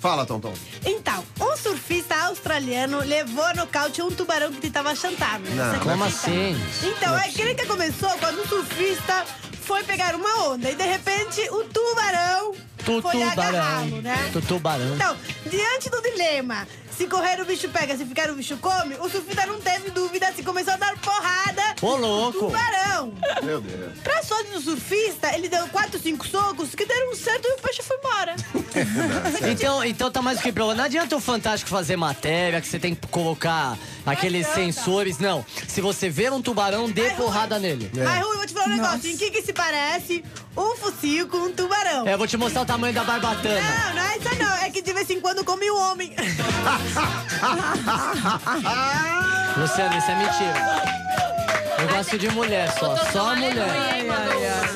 Fala, Tonton. Então, um surfista australiano levou a nocaute um tubarão que tentava chantar. né? Não, Você como acredita? assim? Então, é aquele que começou quando um surfista foi pegar uma onda e de repente o tubarão foi agarrá-lo, Tutubarão. né? Tutubarão. Então, diante do dilema, se correr o bicho pega, se ficar o bicho come, o surfista não teve dúvida, se começou a dar porrada Ô, louco. no tubarão. Meu Deus. um Pra sorte do surfista, ele deu 4, 5 socos que deram certo e o peixe foi embora. (laughs) Então, então tá mais do que provado. Não adianta o Fantástico fazer matéria, que você tem que colocar aqueles sensores. Não. Se você ver um tubarão, dê porrada nele. Mas, Rui, eu vou te falar um negócio. Em que que se parece um focinho com um tubarão? É, eu vou te mostrar o tamanho da barbatana. Não, não é isso não. É que de vez em quando come um homem. Luciano, isso é mentira. Eu é gosto de mulher só. Só mulher.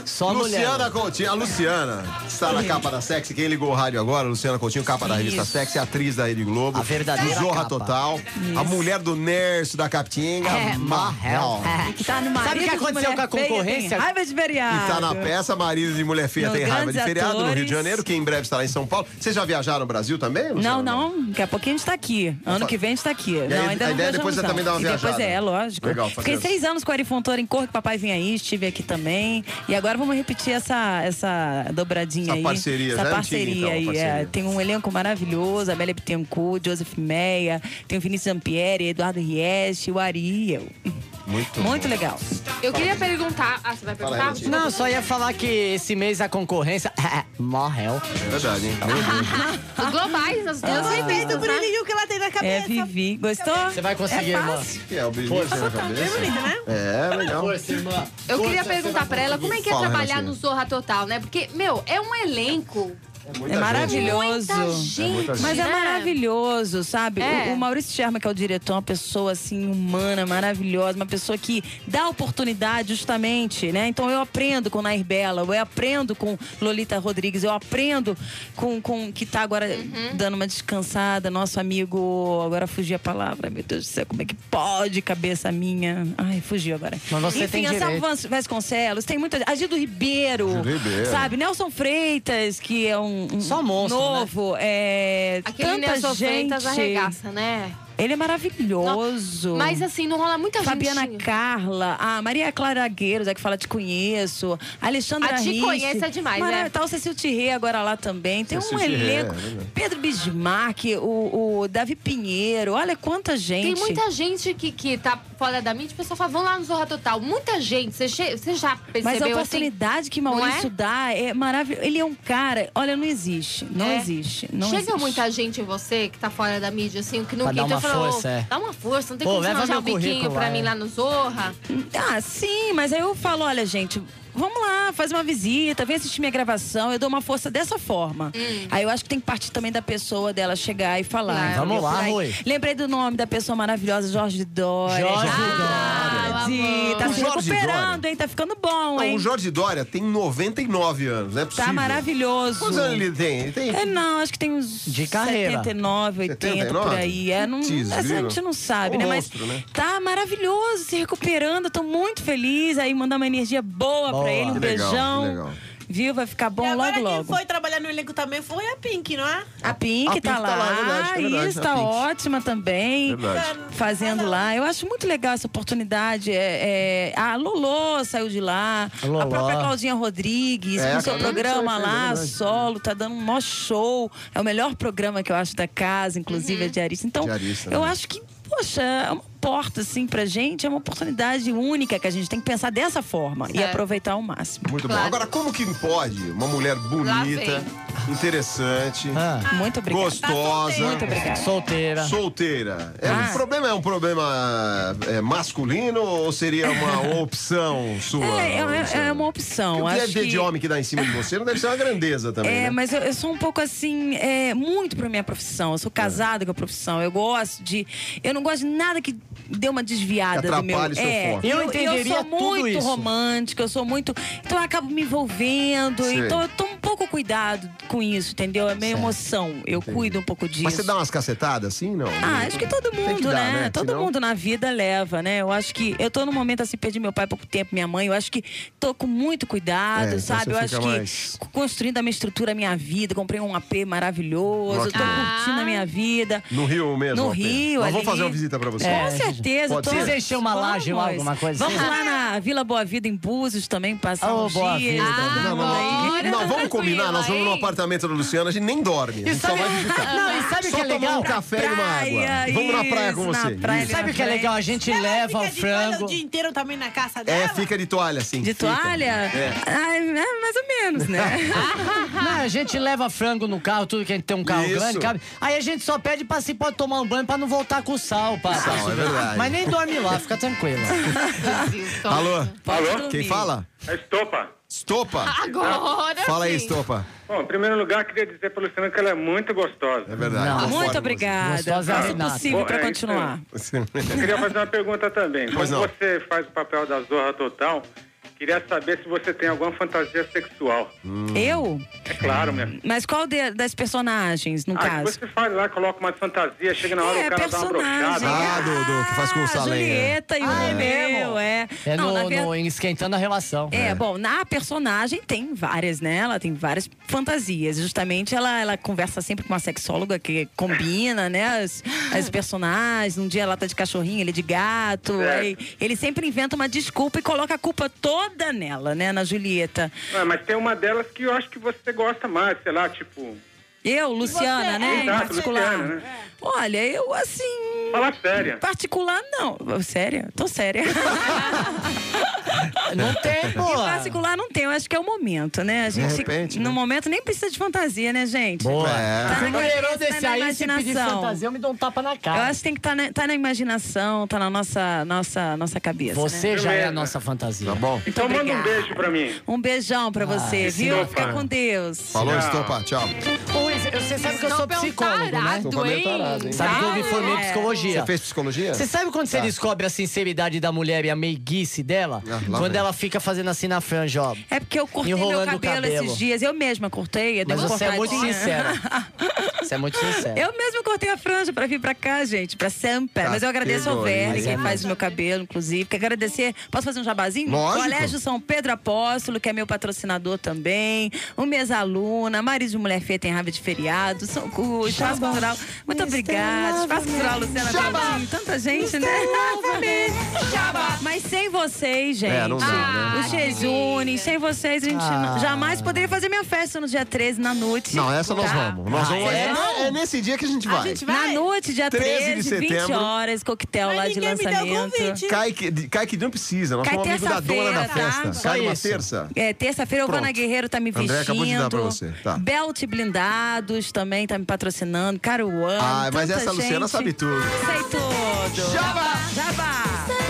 Só mulher. né? Luciana Coutinho, a Luciana está na capa da Sexy. Quem ligou o rádio agora, Luciana Coutinho, capa da revista Isso. Sexy, atriz da Rede Globo. A verdadeira Zorra capa. Total. A mulher do Nerso da Capitinga. É, Marrel. Que tá no Sabe marido o que de aconteceu mulher com a feia, concorrência? tem Raiva de E feriado. tá na peça Marido de Mulher Feia Meus tem raiva de grandes feriado no Rio de atores. Janeiro, que em breve estará em São Paulo. Vocês já viajaram no Brasil também? Luciana? Não, não, daqui a pouquinho a gente tá aqui. Ano que vem a gente tá aqui. aí, não, ainda a não ideia é depois viajamos, você também não. dar uma E Depois viajada. é, lógico. Legal fazer Fiquei isso. seis anos com a Erifontor em Cor, que papai vinha aí, estive aqui também. E agora vamos repetir essa, essa dobradinha Essa aí. parceria, essa já é parceria antiga, então, a aí. parceria. é. Tem um elenco maravilhoso, Amélia Bittencourt, Joseph Meia, tem o Vinícius Zampieri, Eduardo Rieste, o Ari e eu. Muito, Muito legal. Eu queria perguntar. Ah, você vai Fala, perguntar? Renatinho. Não, só ia falar que esse mês a concorrência. (laughs) Morreu. Verdade, hein? Meu Deus. Os globais, as Eu duas sei bem revistas, do né? brilhinho que ela tem na É, cabeça. Vivi. Gostou? Você vai conseguir, é irmã. fácil. Que é o brilho que tem na cabeça. bonita, né? É, legal. Eu queria perguntar pra ela como é que é Fala, trabalhar Renatinho. no Zorra Total, né? Porque, meu, é um elenco. muita É gente. maravilhoso. Muita gente, É muita gente. Mas é né? maravilhoso, sabe? É. O, o Maurício Sherman, que é o diretor, é uma pessoa assim, humana, maravilhosa, uma pessoa que dá oportunidade justamente, né? Então eu aprendo com Nair Bela, eu aprendo com Lolita Rodrigues, eu aprendo com, com que tá agora dando uma descansada, nosso amigo. Agora fugi a palavra, meu Deus do céu, como é que pode, cabeça minha? Ai, fugiu agora. Mas você Enfim, tem essa direito. Vas- Vasconcelos, tem muita. Agido Ribeiro, Agido Ribeiro. sabe? Nelson Freitas, que é um, um Só monstro, novo. É, Aquele tanta Nelson Freitas gente. arregaça, né? Ele é maravilhoso. Mas assim, não rola muita Fabiana gente. Carla, a Maria Clara Gueiros, é que fala Te Conheço, Alexandra A Te Risse. Conheço é demais, Mara- né? Tá o Cecil Tirré agora lá também. Tem Cecil um Tirré, elenco. é verdade. Pedro Bismarck, o, o Davi Pinheiro. Olha quanta gente. Tem muita gente que, que tá fora da mídia, o pessoal fala, vão lá no Zorra Total. Muita gente, você, che- você já percebeu Mas a assim? oportunidade que Maurício dá é maravilhosa. Ele é um cara, olha, não existe. Não É. existe. Não Chega existe. muita gente em você que tá fora da mídia, assim, que não Pra dar quita, uma fala, força, "Ô, é. dá uma força, não tem Pô, como você leva arranjar meu um biquinho currículo pra lá, mim é. lá no Zorra. Ah, sim, mas aí eu falo, olha, gente, vamos lá, faz uma visita, vem assistir minha gravação, eu dou uma força dessa forma. Hum. Aí eu acho que tem que partir também da pessoa dela chegar e falar. Claro. Vamos lá, Ai, Rui. Lembrei do nome da pessoa maravilhosa, Jorge Dória. Jorge ah, Dória. Tá se Jorge recuperando, hein? Tá ficando bom, Não, hein? o Jorge Dória tem 99 anos, não é possível. Tá maravilhoso. Quantos anos ele tem? Ele tem É, não, acho que tem uns De carreira. 79, 80 por 79? aí. É, não, Putz, essa a gente grilo. não sabe, Um né? monstro, Mas né? tá maravilhoso, se recuperando. Tô muito feliz. Aí mandar uma energia boa, Boa. pra ele, um Que legal, beijão. que legal. Viu? Vai ficar bom logo, Quem logo. foi trabalhar no elenco também foi a Pink, não é? A Pink, A Pink tá, tá lá, lá, é verdade, é verdade, isso, a tá Pink. ótima também. Verdade. Fazendo lá. Eu acho muito legal essa oportunidade. É, é, a Lolo saiu de lá. A Lolo. A própria Claudinha Rodrigues, É, com a seu Claudinha programa saiu, é lá, verdade. solo, tá dando um maior show. É o melhor programa que eu acho da casa, inclusive, é diarista. Então, Diarista, eu né? acho que, poxa, é uma porta, assim, pra gente. É uma oportunidade única que a gente tem que pensar dessa forma e aproveitar ao máximo. Muito bom. Agora, como que pode uma mulher Lá bonita, interessante, Ah, Muito obrigada. Tá gostosa, Muito obrigada. Solteira. solteira? É, Ah. um problema é um problema é, masculino ou seria (laughs) uma opção sua? É, Luciana? é, é uma opção. Porque o acho que é de homem que dá em cima de você não deve ser uma grandeza também, É, né? mas eu, eu sou um pouco assim, é, muito pra minha profissão. Eu sou casada com a profissão. Eu gosto de. Eu não gosto de nada que dê uma desviada Que do meu. atrapalhe o seu é, foco. Eu entenderia sou tudo muito isso. romântica, eu sou muito. Então eu acabo me envolvendo. Sei. Então eu tomo um pouco cuidado com isso, entendeu? É meio Certo. emoção. Eu cuido um pouco disso. Mas você dá umas cacetadas assim, não? Ah, acho que todo Tem que mundo, dar, né? né? Todo Senão- mundo na vida leva, né? Eu acho que. Eu tô num momento assim, perdi meu pai há pouco tempo, minha mãe. Eu acho que tô com muito É, cuidado, então você sabe? Eu fica acho que mais- construindo a minha estrutura, a minha vida. Comprei um AP maravilhoso, Ok. tô curtindo a Ah. minha vida. No Rio mesmo? No Alpena? Rio, Nós vamos ali. fazer uma visita pra você. É. Com certeza. Pode tô- ser? Vamos. Vamos assim? lá na Vila Boa Vida, em Búzios também, passar Ô, uns Boa dias. Vida, todo tá mundo aí. Não, vamos combinar, nós vamos hein? no apartamento da Luciana, a gente nem dorme. A gente só sabe- vai visitar. Não, e sabe o só que é tomar legal? um café e uma Praia, água. Vamos na praia com isso, na você. praia, Isso. Sabe o que é legal? A gente leva o de toalha frango. o dia inteiro também na caça dela? É, fica de toalha, sim. De fica. toalha? É. Ai, é mais ou menos, né? (laughs) Não, a gente leva frango no carro, tudo que a gente tem um carro Isso. grande, cabe. Aí a gente só pede pra se pode tomar um banho pra não voltar com sal, pá. Sal, é verdade. Mas nem dorme lá, fica tranquila. Alô? Pode dormir. Quem fala? É Estopa. Estopa. Agora Fala aí, sim. Estopa. Bom, em primeiro lugar, queria dizer pra Luciana que ela é muito gostosa. É verdade. Não, Muito obrigada. Gostosa, Faça o Renata. possível pra Bom, é isso continuar. Eu queria fazer uma pergunta também. Quando Pois não. você faz o papel da Zorra Total, queria saber se você tem alguma fantasia sexual. Hum. Eu? É claro, minha filha. Mas qual de- das personagens, no Ah, caso? você faz lá, coloca uma fantasia, chega na hora É, o cara dá uma brochada. Ah, do, do que faz com o A Salem. né? Julieta e o Ah, é Romeu, é. É Não, no, na ver- no- em esquentando a relação. É, bom, na personagem tem várias, né? Ela tem várias fantasias. Justamente ela, ela conversa sempre com uma sexóloga que combina, né? As, as personagens. Um dia ela tá de cachorrinho, ele de gato. É. Certo. Aí ele sempre inventa uma desculpa e coloca a culpa toda nela, né? Na Julieta. Ah, mas tem uma delas que eu acho que você gosta mais, sei lá, tipo. Eu, Luciana, né? Em Exato, particular. Luciana, né? Olha, eu assim. Fala séria. Particular, não. Séria? Tô séria. (laughs) Não tem, pô. Em particular, não tem. Eu acho que é o momento, né? A gente, repente, no momento, nem precisa de fantasia, né, gente? Boa. Tá Se na o mulherão cabeça, desse tá na aí, se pedir imaginação. fantasia, eu me dou um tapa na Eu cara. acho que tem que estar na, tá na imaginação, tá na nossa, nossa, nossa cabeça. Você né? já é a nossa fantasia. Tá bom? Então Muito manda um obrigada. beijo pra mim. Um beijão pra Ah, você, esse viu? não, Fica cara. com Deus. Falou, Tchau. Estopa. Tchau. Ô, Luiz, eu- você sabe que eu sou Estopa é um psicólogo, né? tarado, Estopa é meio hein? tarado, hein? Sabe que eu me formei em É. psicologia. Você fez psicologia? Você sabe quando você Tá. Ah, descobre a sinceridade da mulher e a meiguice dela? lá quando vem. ela fica fazendo assim na franja, ó. É porque eu cortei meu Enrolando o cabelo, cabelo. esses dias. Eu mesma cortei. Eu dei Mas uma você é muito cortadinha. sincera. (laughs) Você é muito sincera. Eu mesma cortei a franja pra vir pra cá, gente, pra Sampa. Tá Mas eu agradeço ao doido, Verne, mas que é faz o meu cabelo, inclusive. Quero agradecer. Posso fazer um jabazinho? Lógico. Colégio São Pedro Apóstolo, que é meu patrocinador também. O Mesaluna, Marido de Mulher Feia tem raiva de feriado. São- O Espaço Cultural. Muito obrigada. Espaço Cultural, Luciana Jabá. Bentinho. Tanta gente, né? (laughs) Mas sem vocês, gente. É, não dá, né? Ah. O Chezune, sem vocês, a gente não- jamais poderia fazer minha festa no dia 13, na noite. Não, essa nós Tá? vamos. Nós Ah, vamos. é? É, é nesse dia que a gente vai. Na noite, dia 13, 13 de 20 setembro. horas, coquetel lá de ninguém me deu lançamento. Cai que, de- cai que não precisa, nós Cai somos amigos da dona da terça-feira, festa. tá? Cai Só uma isso. terça. É, terça-feira, Pronto. Giovana Guerreiro tá me vestindo. André acabou de dar pra você, tá. Belt Blindados também tá me patrocinando. Caruana. Ah, mas tanta essa Luciana gente. sabe tudo. Sei tudo. Jabá! Jabá!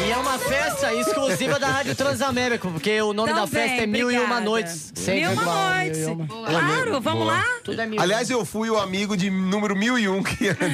E é uma festa exclusiva é da Rádio Transamérica, porque o nome da Também, festa é Mil e Uma obrigada. Noites. Sempre Mil e Uma igual, Noites. Mil e Uma. Boa. Claro, mesmo, vamos boa. lá? Tudo é mil. né? Aliás, eu fui o amigo de número 1001 que entrou.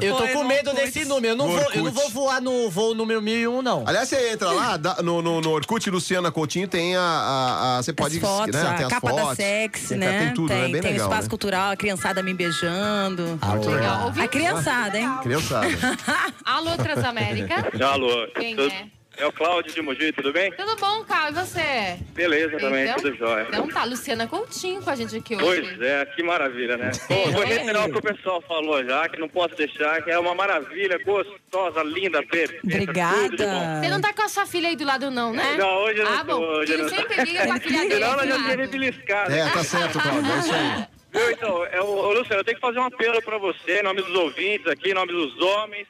(laughs) Eu tô com medo desse número. Eu não, No vou, eu não Orkut. vou voar no voo número 1001, não. Aliás, você entra lá dá- no, no, no Orkut Luciana Coutinho, tem a. a- a- você pode. As fotos, né, a tem as capa fotos, da sexy, tem, né? Tem tudo, né? Bem tem legal. o espaço né? cultural, a criançada me beijando. Muito legal. A criançada, hein? Criançada. (laughs) Alô, Transamérica. Alô. Quem tudo- é? É o Cláudio de Mogi, tudo bem? Tudo bom, Carl? E você? Beleza também, Então- tudo jóia. Então tá, Luciana Coutinho com a gente aqui hoje. Pois é, que maravilha, né? É, Bom, vou reiterar o que o pessoal falou já, que não posso deixar, que é uma maravilha, gostosa, linda, perfeita. tudo de bom. Você não tá com a sua filha aí do lado, não, né? Não, hoje eu não Ah, tô, bom. hoje eu Ele não tô. sempre (laughs) liga com a filha dele. Senão aqui ela do já lado. teria beliscado. É, tá certo, Cláudio. É isso aí. Viu, então, é, ô, ô, Luciano, eu tenho que fazer um apelo pra você, em nome dos ouvintes aqui, em nome dos homens,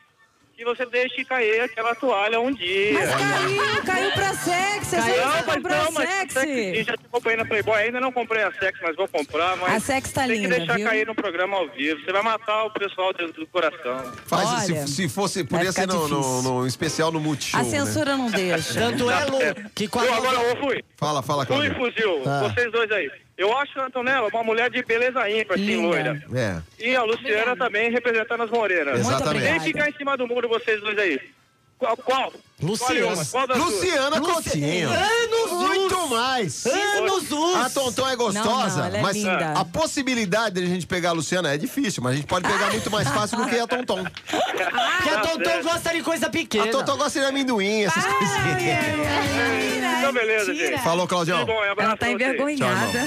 que você deixe cair aquela toalha um dia. Caiu, caiu pra sexy. A Não, gente Ah, mas comprou não, mas sexy. sexy, já te comprei na Playboy, ainda não comprei a Sex, mas vou comprar. Mas A Sex tá tem linda, que deixar viu? cair no programa ao vivo. Você vai matar o pessoal do, do coração. Faz, se, se fosse, podia ser no, no, no especial no Multishow. A censura né? não deixa. Tanto é, Lu, que quando- Eu agora vou, fui. Fala, fala, Fui, Cláudio. fuzil, Ah. vocês dois aí. Eu acho a Antonella uma mulher de beleza ímpar, assim, loira. É. E a Luciana também representando as Moreiras. Muito Exatamente. Nem obrigada. ficar em cima do muro vocês dois aí. Qual? qual? Luciana. Escolhe uma, qual das duas? Luciana Coutinho. Ah, Anos Muito luz. mais. Anos luz. A Tonton é gostosa, Não, não, ela é mas linda. a possibilidade de a gente pegar a Luciana é difícil, mas a gente pode pegar muito mais fácil do que a Tonton. Porque Ah, a Tonton gosta de coisa pequena. A Tonton gosta de amendoim, essas coisinhas. Então, beleza, Mentira. gente. Falou, Claudião. Tudo bom, um abraço Ela tá pra vocês. envergonhada.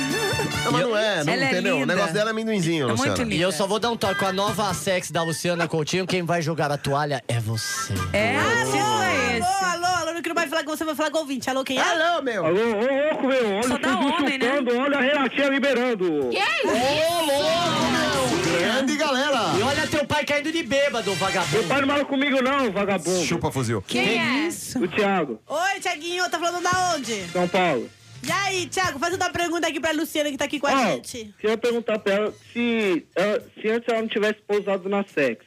Não, mas não é, não Ela é entendeu? o linda. negócio dela é amendoinzinho, Luciana. E eu só vou dar um toque com a nova sex da Luciana Coutinho. Quem vai jogar a toalha é você. É, título é esse. Alô, alô, alô, não quero mais vai falar com você, vai falar com o ouvinte. Alô, quem é? Alô, meu. Alô, ô, louco, meu. Olha Só o dá homem, né? Olha a Renatinha liberando. Que é isso? Ô, louco, meu. Grande galera. E olha teu pai caindo de bêbado, vagabundo. Meu pai não fala comigo não, vagabundo. Chupa fuzil. Quem é? O Thiago, Oi, Tiaguinho, tá falando da onde? São Paulo. E aí, Thiago, faz outra pergunta aqui pra Luciana que tá aqui com a Oh, Ó, gente. Queria perguntar pra ela se, ela- se antes ela não tivesse pousado na Sex.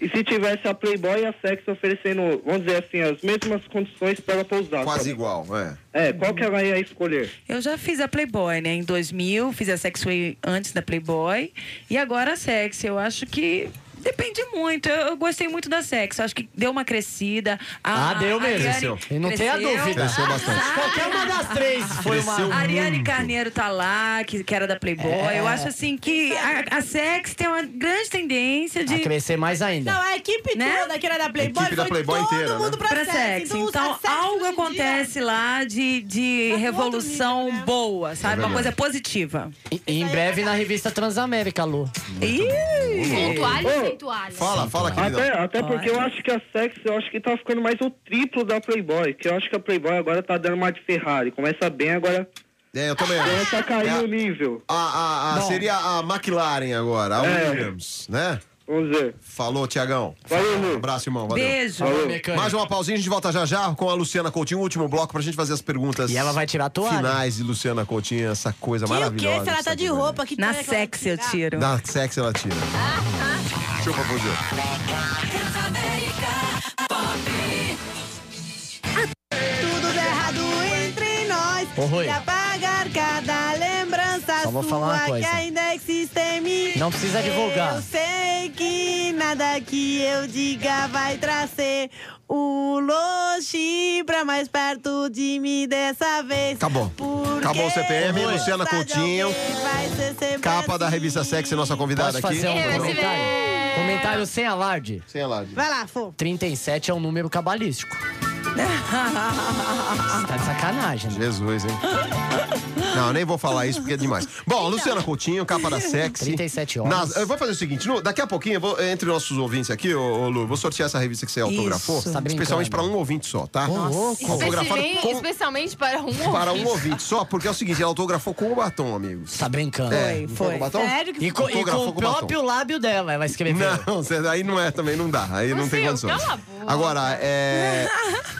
E se tivesse a Playboy e a Sex oferecendo, vamos dizer assim, as mesmas condições para ela pousar. Quase igual, é. É, qual que ela ia escolher? Eu já fiz a Playboy, né? Em 2000, fiz a Sexway antes da Playboy. E agora a Sex. Eu acho que depende muito. Eu, eu gostei muito da Sex. Eu acho que deu uma crescida. A, Ah, deu a Ariane mesmo. Ah, Cresceu. E não tenha dúvida. Cresceu bastante. Qualquer uma das três foi uma- Cresceu A Ariane muito. Carneiro tá lá, que, que era da Playboy. É. Eu acho assim que a, a Sex tem uma grande tendência de. A crescer mais ainda. Não, a equipe Né? toda que era da Playboy A equipe da foi Playboy todo inteira, né? mundo pra, pra Sex. sexo. Então, Então, a Sex algo hoje em Tá acontece lá de, de revolução né? É boa, sabe? Uma coisa positiva. E, e em breve na revista Transamérica, Lu. Sem toalha, Ô, sem toalha. Ah, fala, querida. Até, até porque eu Pode. acho que a Sex, eu acho que tá ficando mais o triplo da Playboy. Que eu acho que a Playboy agora tá dando uma de Ferrari. Começa bem, agora... É, eu também acho. Começa a cair É a- o nível. A, a- a- Bom. Ah, seria a McLaren agora, a É. Williams, né? Vamos ver. Falou, Tiagão. Valeu, Lu. Abraço, irmão. Valeu. Beijo. Falou, mecânico. Mais uma pausinha, a gente volta já (laughs) já com a Luciana Coutinho. Último bloco pra gente fazer as perguntas. E ela vai tirar a toalha. Finais de Luciana Coutinho, essa coisa dia. E o maravilhosa. que? Se ela tá de roupa, que Na toalha que ela Sex eu tirar? tiro. Da sexy ela tira. Chupa, fuzil. Tudo de errado entre nós. Ô, Rui. E apagar cada lembrança Só vou sua falar uma coisa. que ainda existe em mim. Não precisa divulgar. Eu sei que nada que eu diga vai trazer o longe pra mais perto de mim dessa vez. Acabou. Acabou o CPM, Luciana Coutinho. Vai ser sempre Capa da revista Sexy, nossa convidada Posso aqui. fazer um comentário? Comentário sem alarde. Sem alarde. Vai lá, Fô. 37 é um número cabalístico. Você tá de sacanagem. né? Jesus, hein? Não, nem vou falar isso porque é demais. Bom, Luciana Coutinho, capa da Sexy. 37 horas. Nas- eu vou fazer o seguinte, no- daqui a pouquinho, eu vou- entre nossos ouvintes aqui, ô, ô, Lu, vou sortear essa revista que você autografou, Isso. Tá brincando. especialmente para um ouvinte só, tá? Autografado Especialmente, com- especialmente para um para um ouvinte. ouvinte só, porque é o seguinte, ela autografou com o batom, amigos. Tá brincando. É, não com o batom? E com, e com Autografou o próprio lábio dela, ela vai escrever. Não, cê- aí não é, também não dá. Aí não tem Fio, condições. cala a boca. Agora, (laughs) é.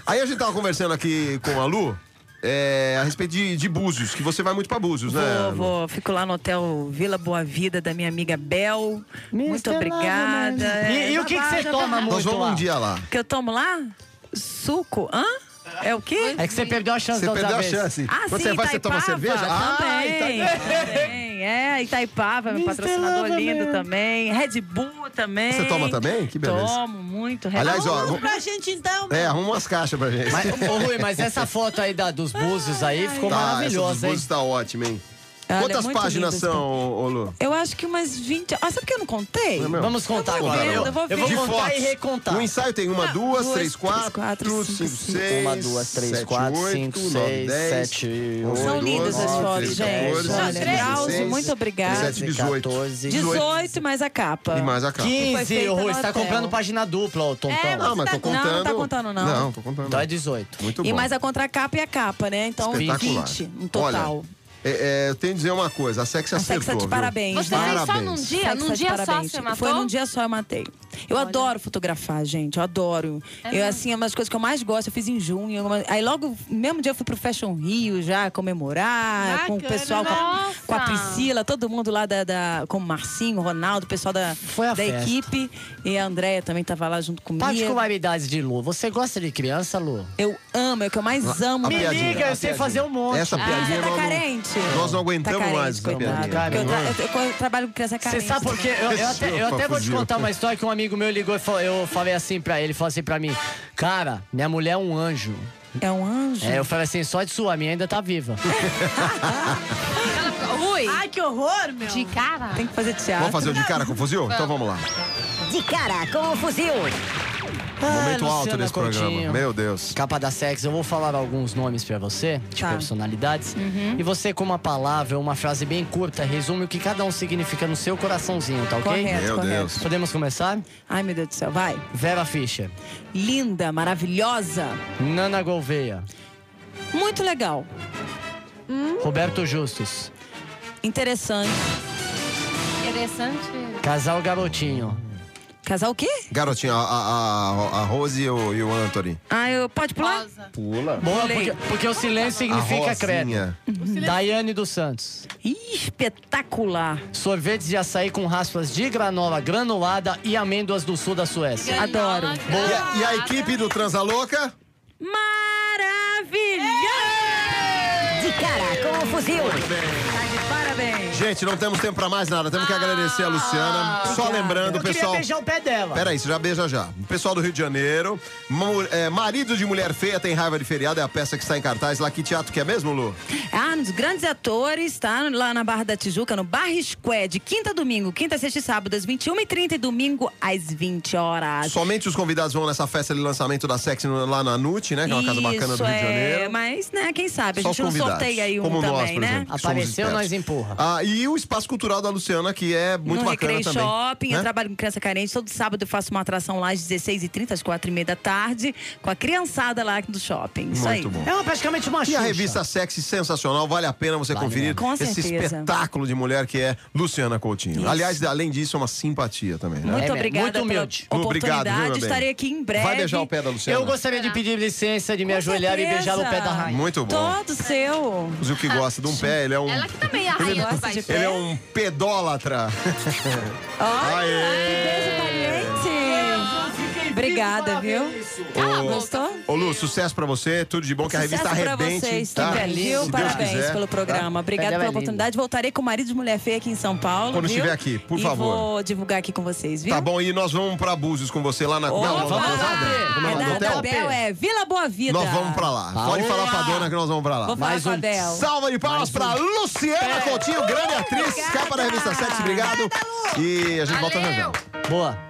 Aí a gente tava conversando aqui com a Lu é, a respeito de, de Búzios, que você vai muito pra Búzios, né? Vou, Lu? vou. Fico lá no hotel Vila Boa Vida da minha amiga Bel. Muito obrigada. É, E, e o que, que você babado, toma babado. muito lá? um lá. que eu tomo lá? Suco? Hã? É o quê? É que você perdeu a chance Você da outra perdeu a vez. chance. Ah, Quando sim, você vai, você toma Itaipava cerveja? Ah, Também, Itaipava. também. É, Itaipava, meu Mr. patrocinador Lava lindo Man. também. Red Bull também. Você toma também? Que beleza. Tomo muito. Red Aliás, Bull. ó, Pra gente, então. É, arruma umas caixas pra gente. Mas, ô, Rui, mas essa foto aí da, dos búzios aí ficou tá, essa dos maravilhosa, hein? Búzios tá ótima, hein? Olha, Quantas é muito páginas lindo esse são, ô, Lu? Eu acho que umas 20. Ah, sabe que eu não contei? Não é mesmo? Vamos contar eu vou agora. Vendo, Eu- eu vou eu vou vendo. contar e recontar. No ensaio tem uma, Não, duas, duas, três, três, quatro, quatro, cinco, cinco, seis. Uma, duas, três, sete, quatro, oito, cinco, nove, seis, dez, sete, onze, São lindas doze, as fotos, treze, gente. 14, Olha, 15, Drauzio, 16, muito obrigada. 17, 18. 18 mais a capa. E mais a capa. Que foi 15, feita ô, Rui, no você tá hotel. comprando página dupla, ô, Tontão. É, Ah, mas tô contando. Não, não tá contando, não. Não, tô contando. Então é 18. Muito bom. E mais a contracapa e a capa, né? Então, Espetacular. 20 no total. Olha, é, é, eu tenho que dizer uma coisa, a Sex Sexo acertou, de viu? parabéns. né? Você fez só num dia? Sexo Num de dia só parabéns. você matou? Foi num dia só eu matei. Eu adoro fotografar, gente. Eu adoro. É eu, mesmo? assim, é uma das coisas que eu mais gosto. Eu fiz em junho. uma- Aí logo, no mesmo dia, eu fui pro Fashion Rio já comemorar com o Bacana. pessoal, com a, Nossa. com a Priscila, todo mundo lá da, da com o Marcinho, o Ronaldo, o pessoal da, a da festa. equipe. E a Andréia também tava lá junto comigo. Particularidades de Lu. Você gosta de criança, Lu? Eu amo, é o que eu mais amo. Me liga, eu sei fazer um monte. Essa Ah, piadinha você tá nós não- carente. Nós não aguentamos Tá carente, mais essa coitado. piadinha. Porque Eu, né? tra- eu- eu trabalho com criança Você carente. sabe por quê? Eu, eu até, eu até vou te contar uma história que um amigo meu ligou e falou, eu falei assim pra ele, falou assim pra mim, cara, minha mulher é um anjo. É um anjo? É, eu falei assim, só de sua, a minha ainda tá viva. Rui. Ai, que horror, meu. De cara. Tem que fazer teatro. Vamos fazer o de cara com o fuzil? Então vamos lá. De cara com o fuzil. Um Momento alto desse programa. Meu Deus. Ah, Capa da Sex, eu vou falar alguns nomes pra você, de Tá. personalidades. Uhum. E você, com uma palavra, uma frase bem curta, resume o que cada um significa no seu coraçãozinho, tá ok? Correto, Meu correto. Deus. Podemos começar? Ai, meu Deus do céu, vai. Vera Fischer. Linda, maravilhosa. Nana Gouveia. Muito legal. Roberto Justus. Interessante. Interessante. Casal Garotinho. Casal o quê? Garotinho, a, a, a- a Rose e o, e o Anthony. Ah, eu, pode pular? Pula. Boa, porque, porque o silêncio significa A credo. Rosinha. Daiane dos Santos. Espetacular. Sorvetes de açaí com raspas de granola granulada e amêndoas do sul da Suécia. Adoro. E a, e a equipe do Transa Louca? Maravilhosa! De cara com o fuzil. Tá Parabéns. Gente, não temos tempo pra mais nada. Temos que agradecer a Luciana. Só lembrando, Eu queria pessoal. beijar o pé dela. Peraí, você já beija já. Pessoal do Rio de Janeiro, mu- é, Marido de Mulher Feia tem raiva de feriado, é a peça que está em cartaz lá. Que teatro que é mesmo, Lu? Ah, nos grandes atores, tá? Lá na Barra da Tijuca, no Bar Square, de quinta a domingo, quinta, sexta e sábado, às 21h30 e domingo, às 20 horas. Somente os convidados vão nessa festa de lançamento da Sexy no- lá na NUT, né? Que é uma casa bacana do Rio de Janeiro. É, mas, né, quem sabe? A Só os gente não convidados, sorteia aí um como também, nós, por né? exemplo, que somos Apareceu, espertos. nós empurra. Ah, e o Espaço Cultural da Luciana, que é muito bacana no Recreio também. Shopping, né? eu trabalho com criança carente. Todo sábado eu faço uma atração lá às 16h30, às 4h30 da tarde, com a criançada lá do shopping. Isso Muito aí. bom. É uma, praticamente uma E a revista Sexy sensacional, vale a pena você Vale conferir mesmo. Com esse certeza. espetáculo de mulher que é Luciana Coutinho. Isso. Aliás, além disso, é uma simpatia também. Né? Muito obrigada É muito pela humilde. oportunidade. Obrigado, viu, meu bem? Estarei aqui em breve. Vai beijar o pé da Luciana. Eu gostaria de pedir licença de me ajoelhar e beijar o pé da rainha. Muito bom. Todo seu. O que gosta de um pé, ele é um. Ela que também é a ele, rainha do gosta de pé. ele é um (laughs) pedólatra. É. Gente, Obrigada, viu? Ah, Gostou? Ô, Lu, sucesso pra você, tudo de bom, que Sucesso a revista pra arrebente. vocês tá? também, Se viu? Deus Parabéns quiser, pelo tá? programa. Obrigada Ela é pela linda. oportunidade. Voltarei com o marido de mulher feia aqui em São Paulo. Quando viu? estiver aqui, por e favor. Vou divulgar aqui com vocês, viu? Tá bom, e nós vamos pra Búzios com você lá na. Opa! Não, vamos lá. Como é o nome do É da hotel? Bel, é Vila Boa Vida. Nós vamos pra lá. Pode Boa! falar pra dona que nós Tá vamos pra lá. Vou falar Mais com a É. um Bel. Salva de palmas pra Luciana Coutinho, grande atriz, capa da revista Sexy. Obrigado. E a gente volta já já. Boa.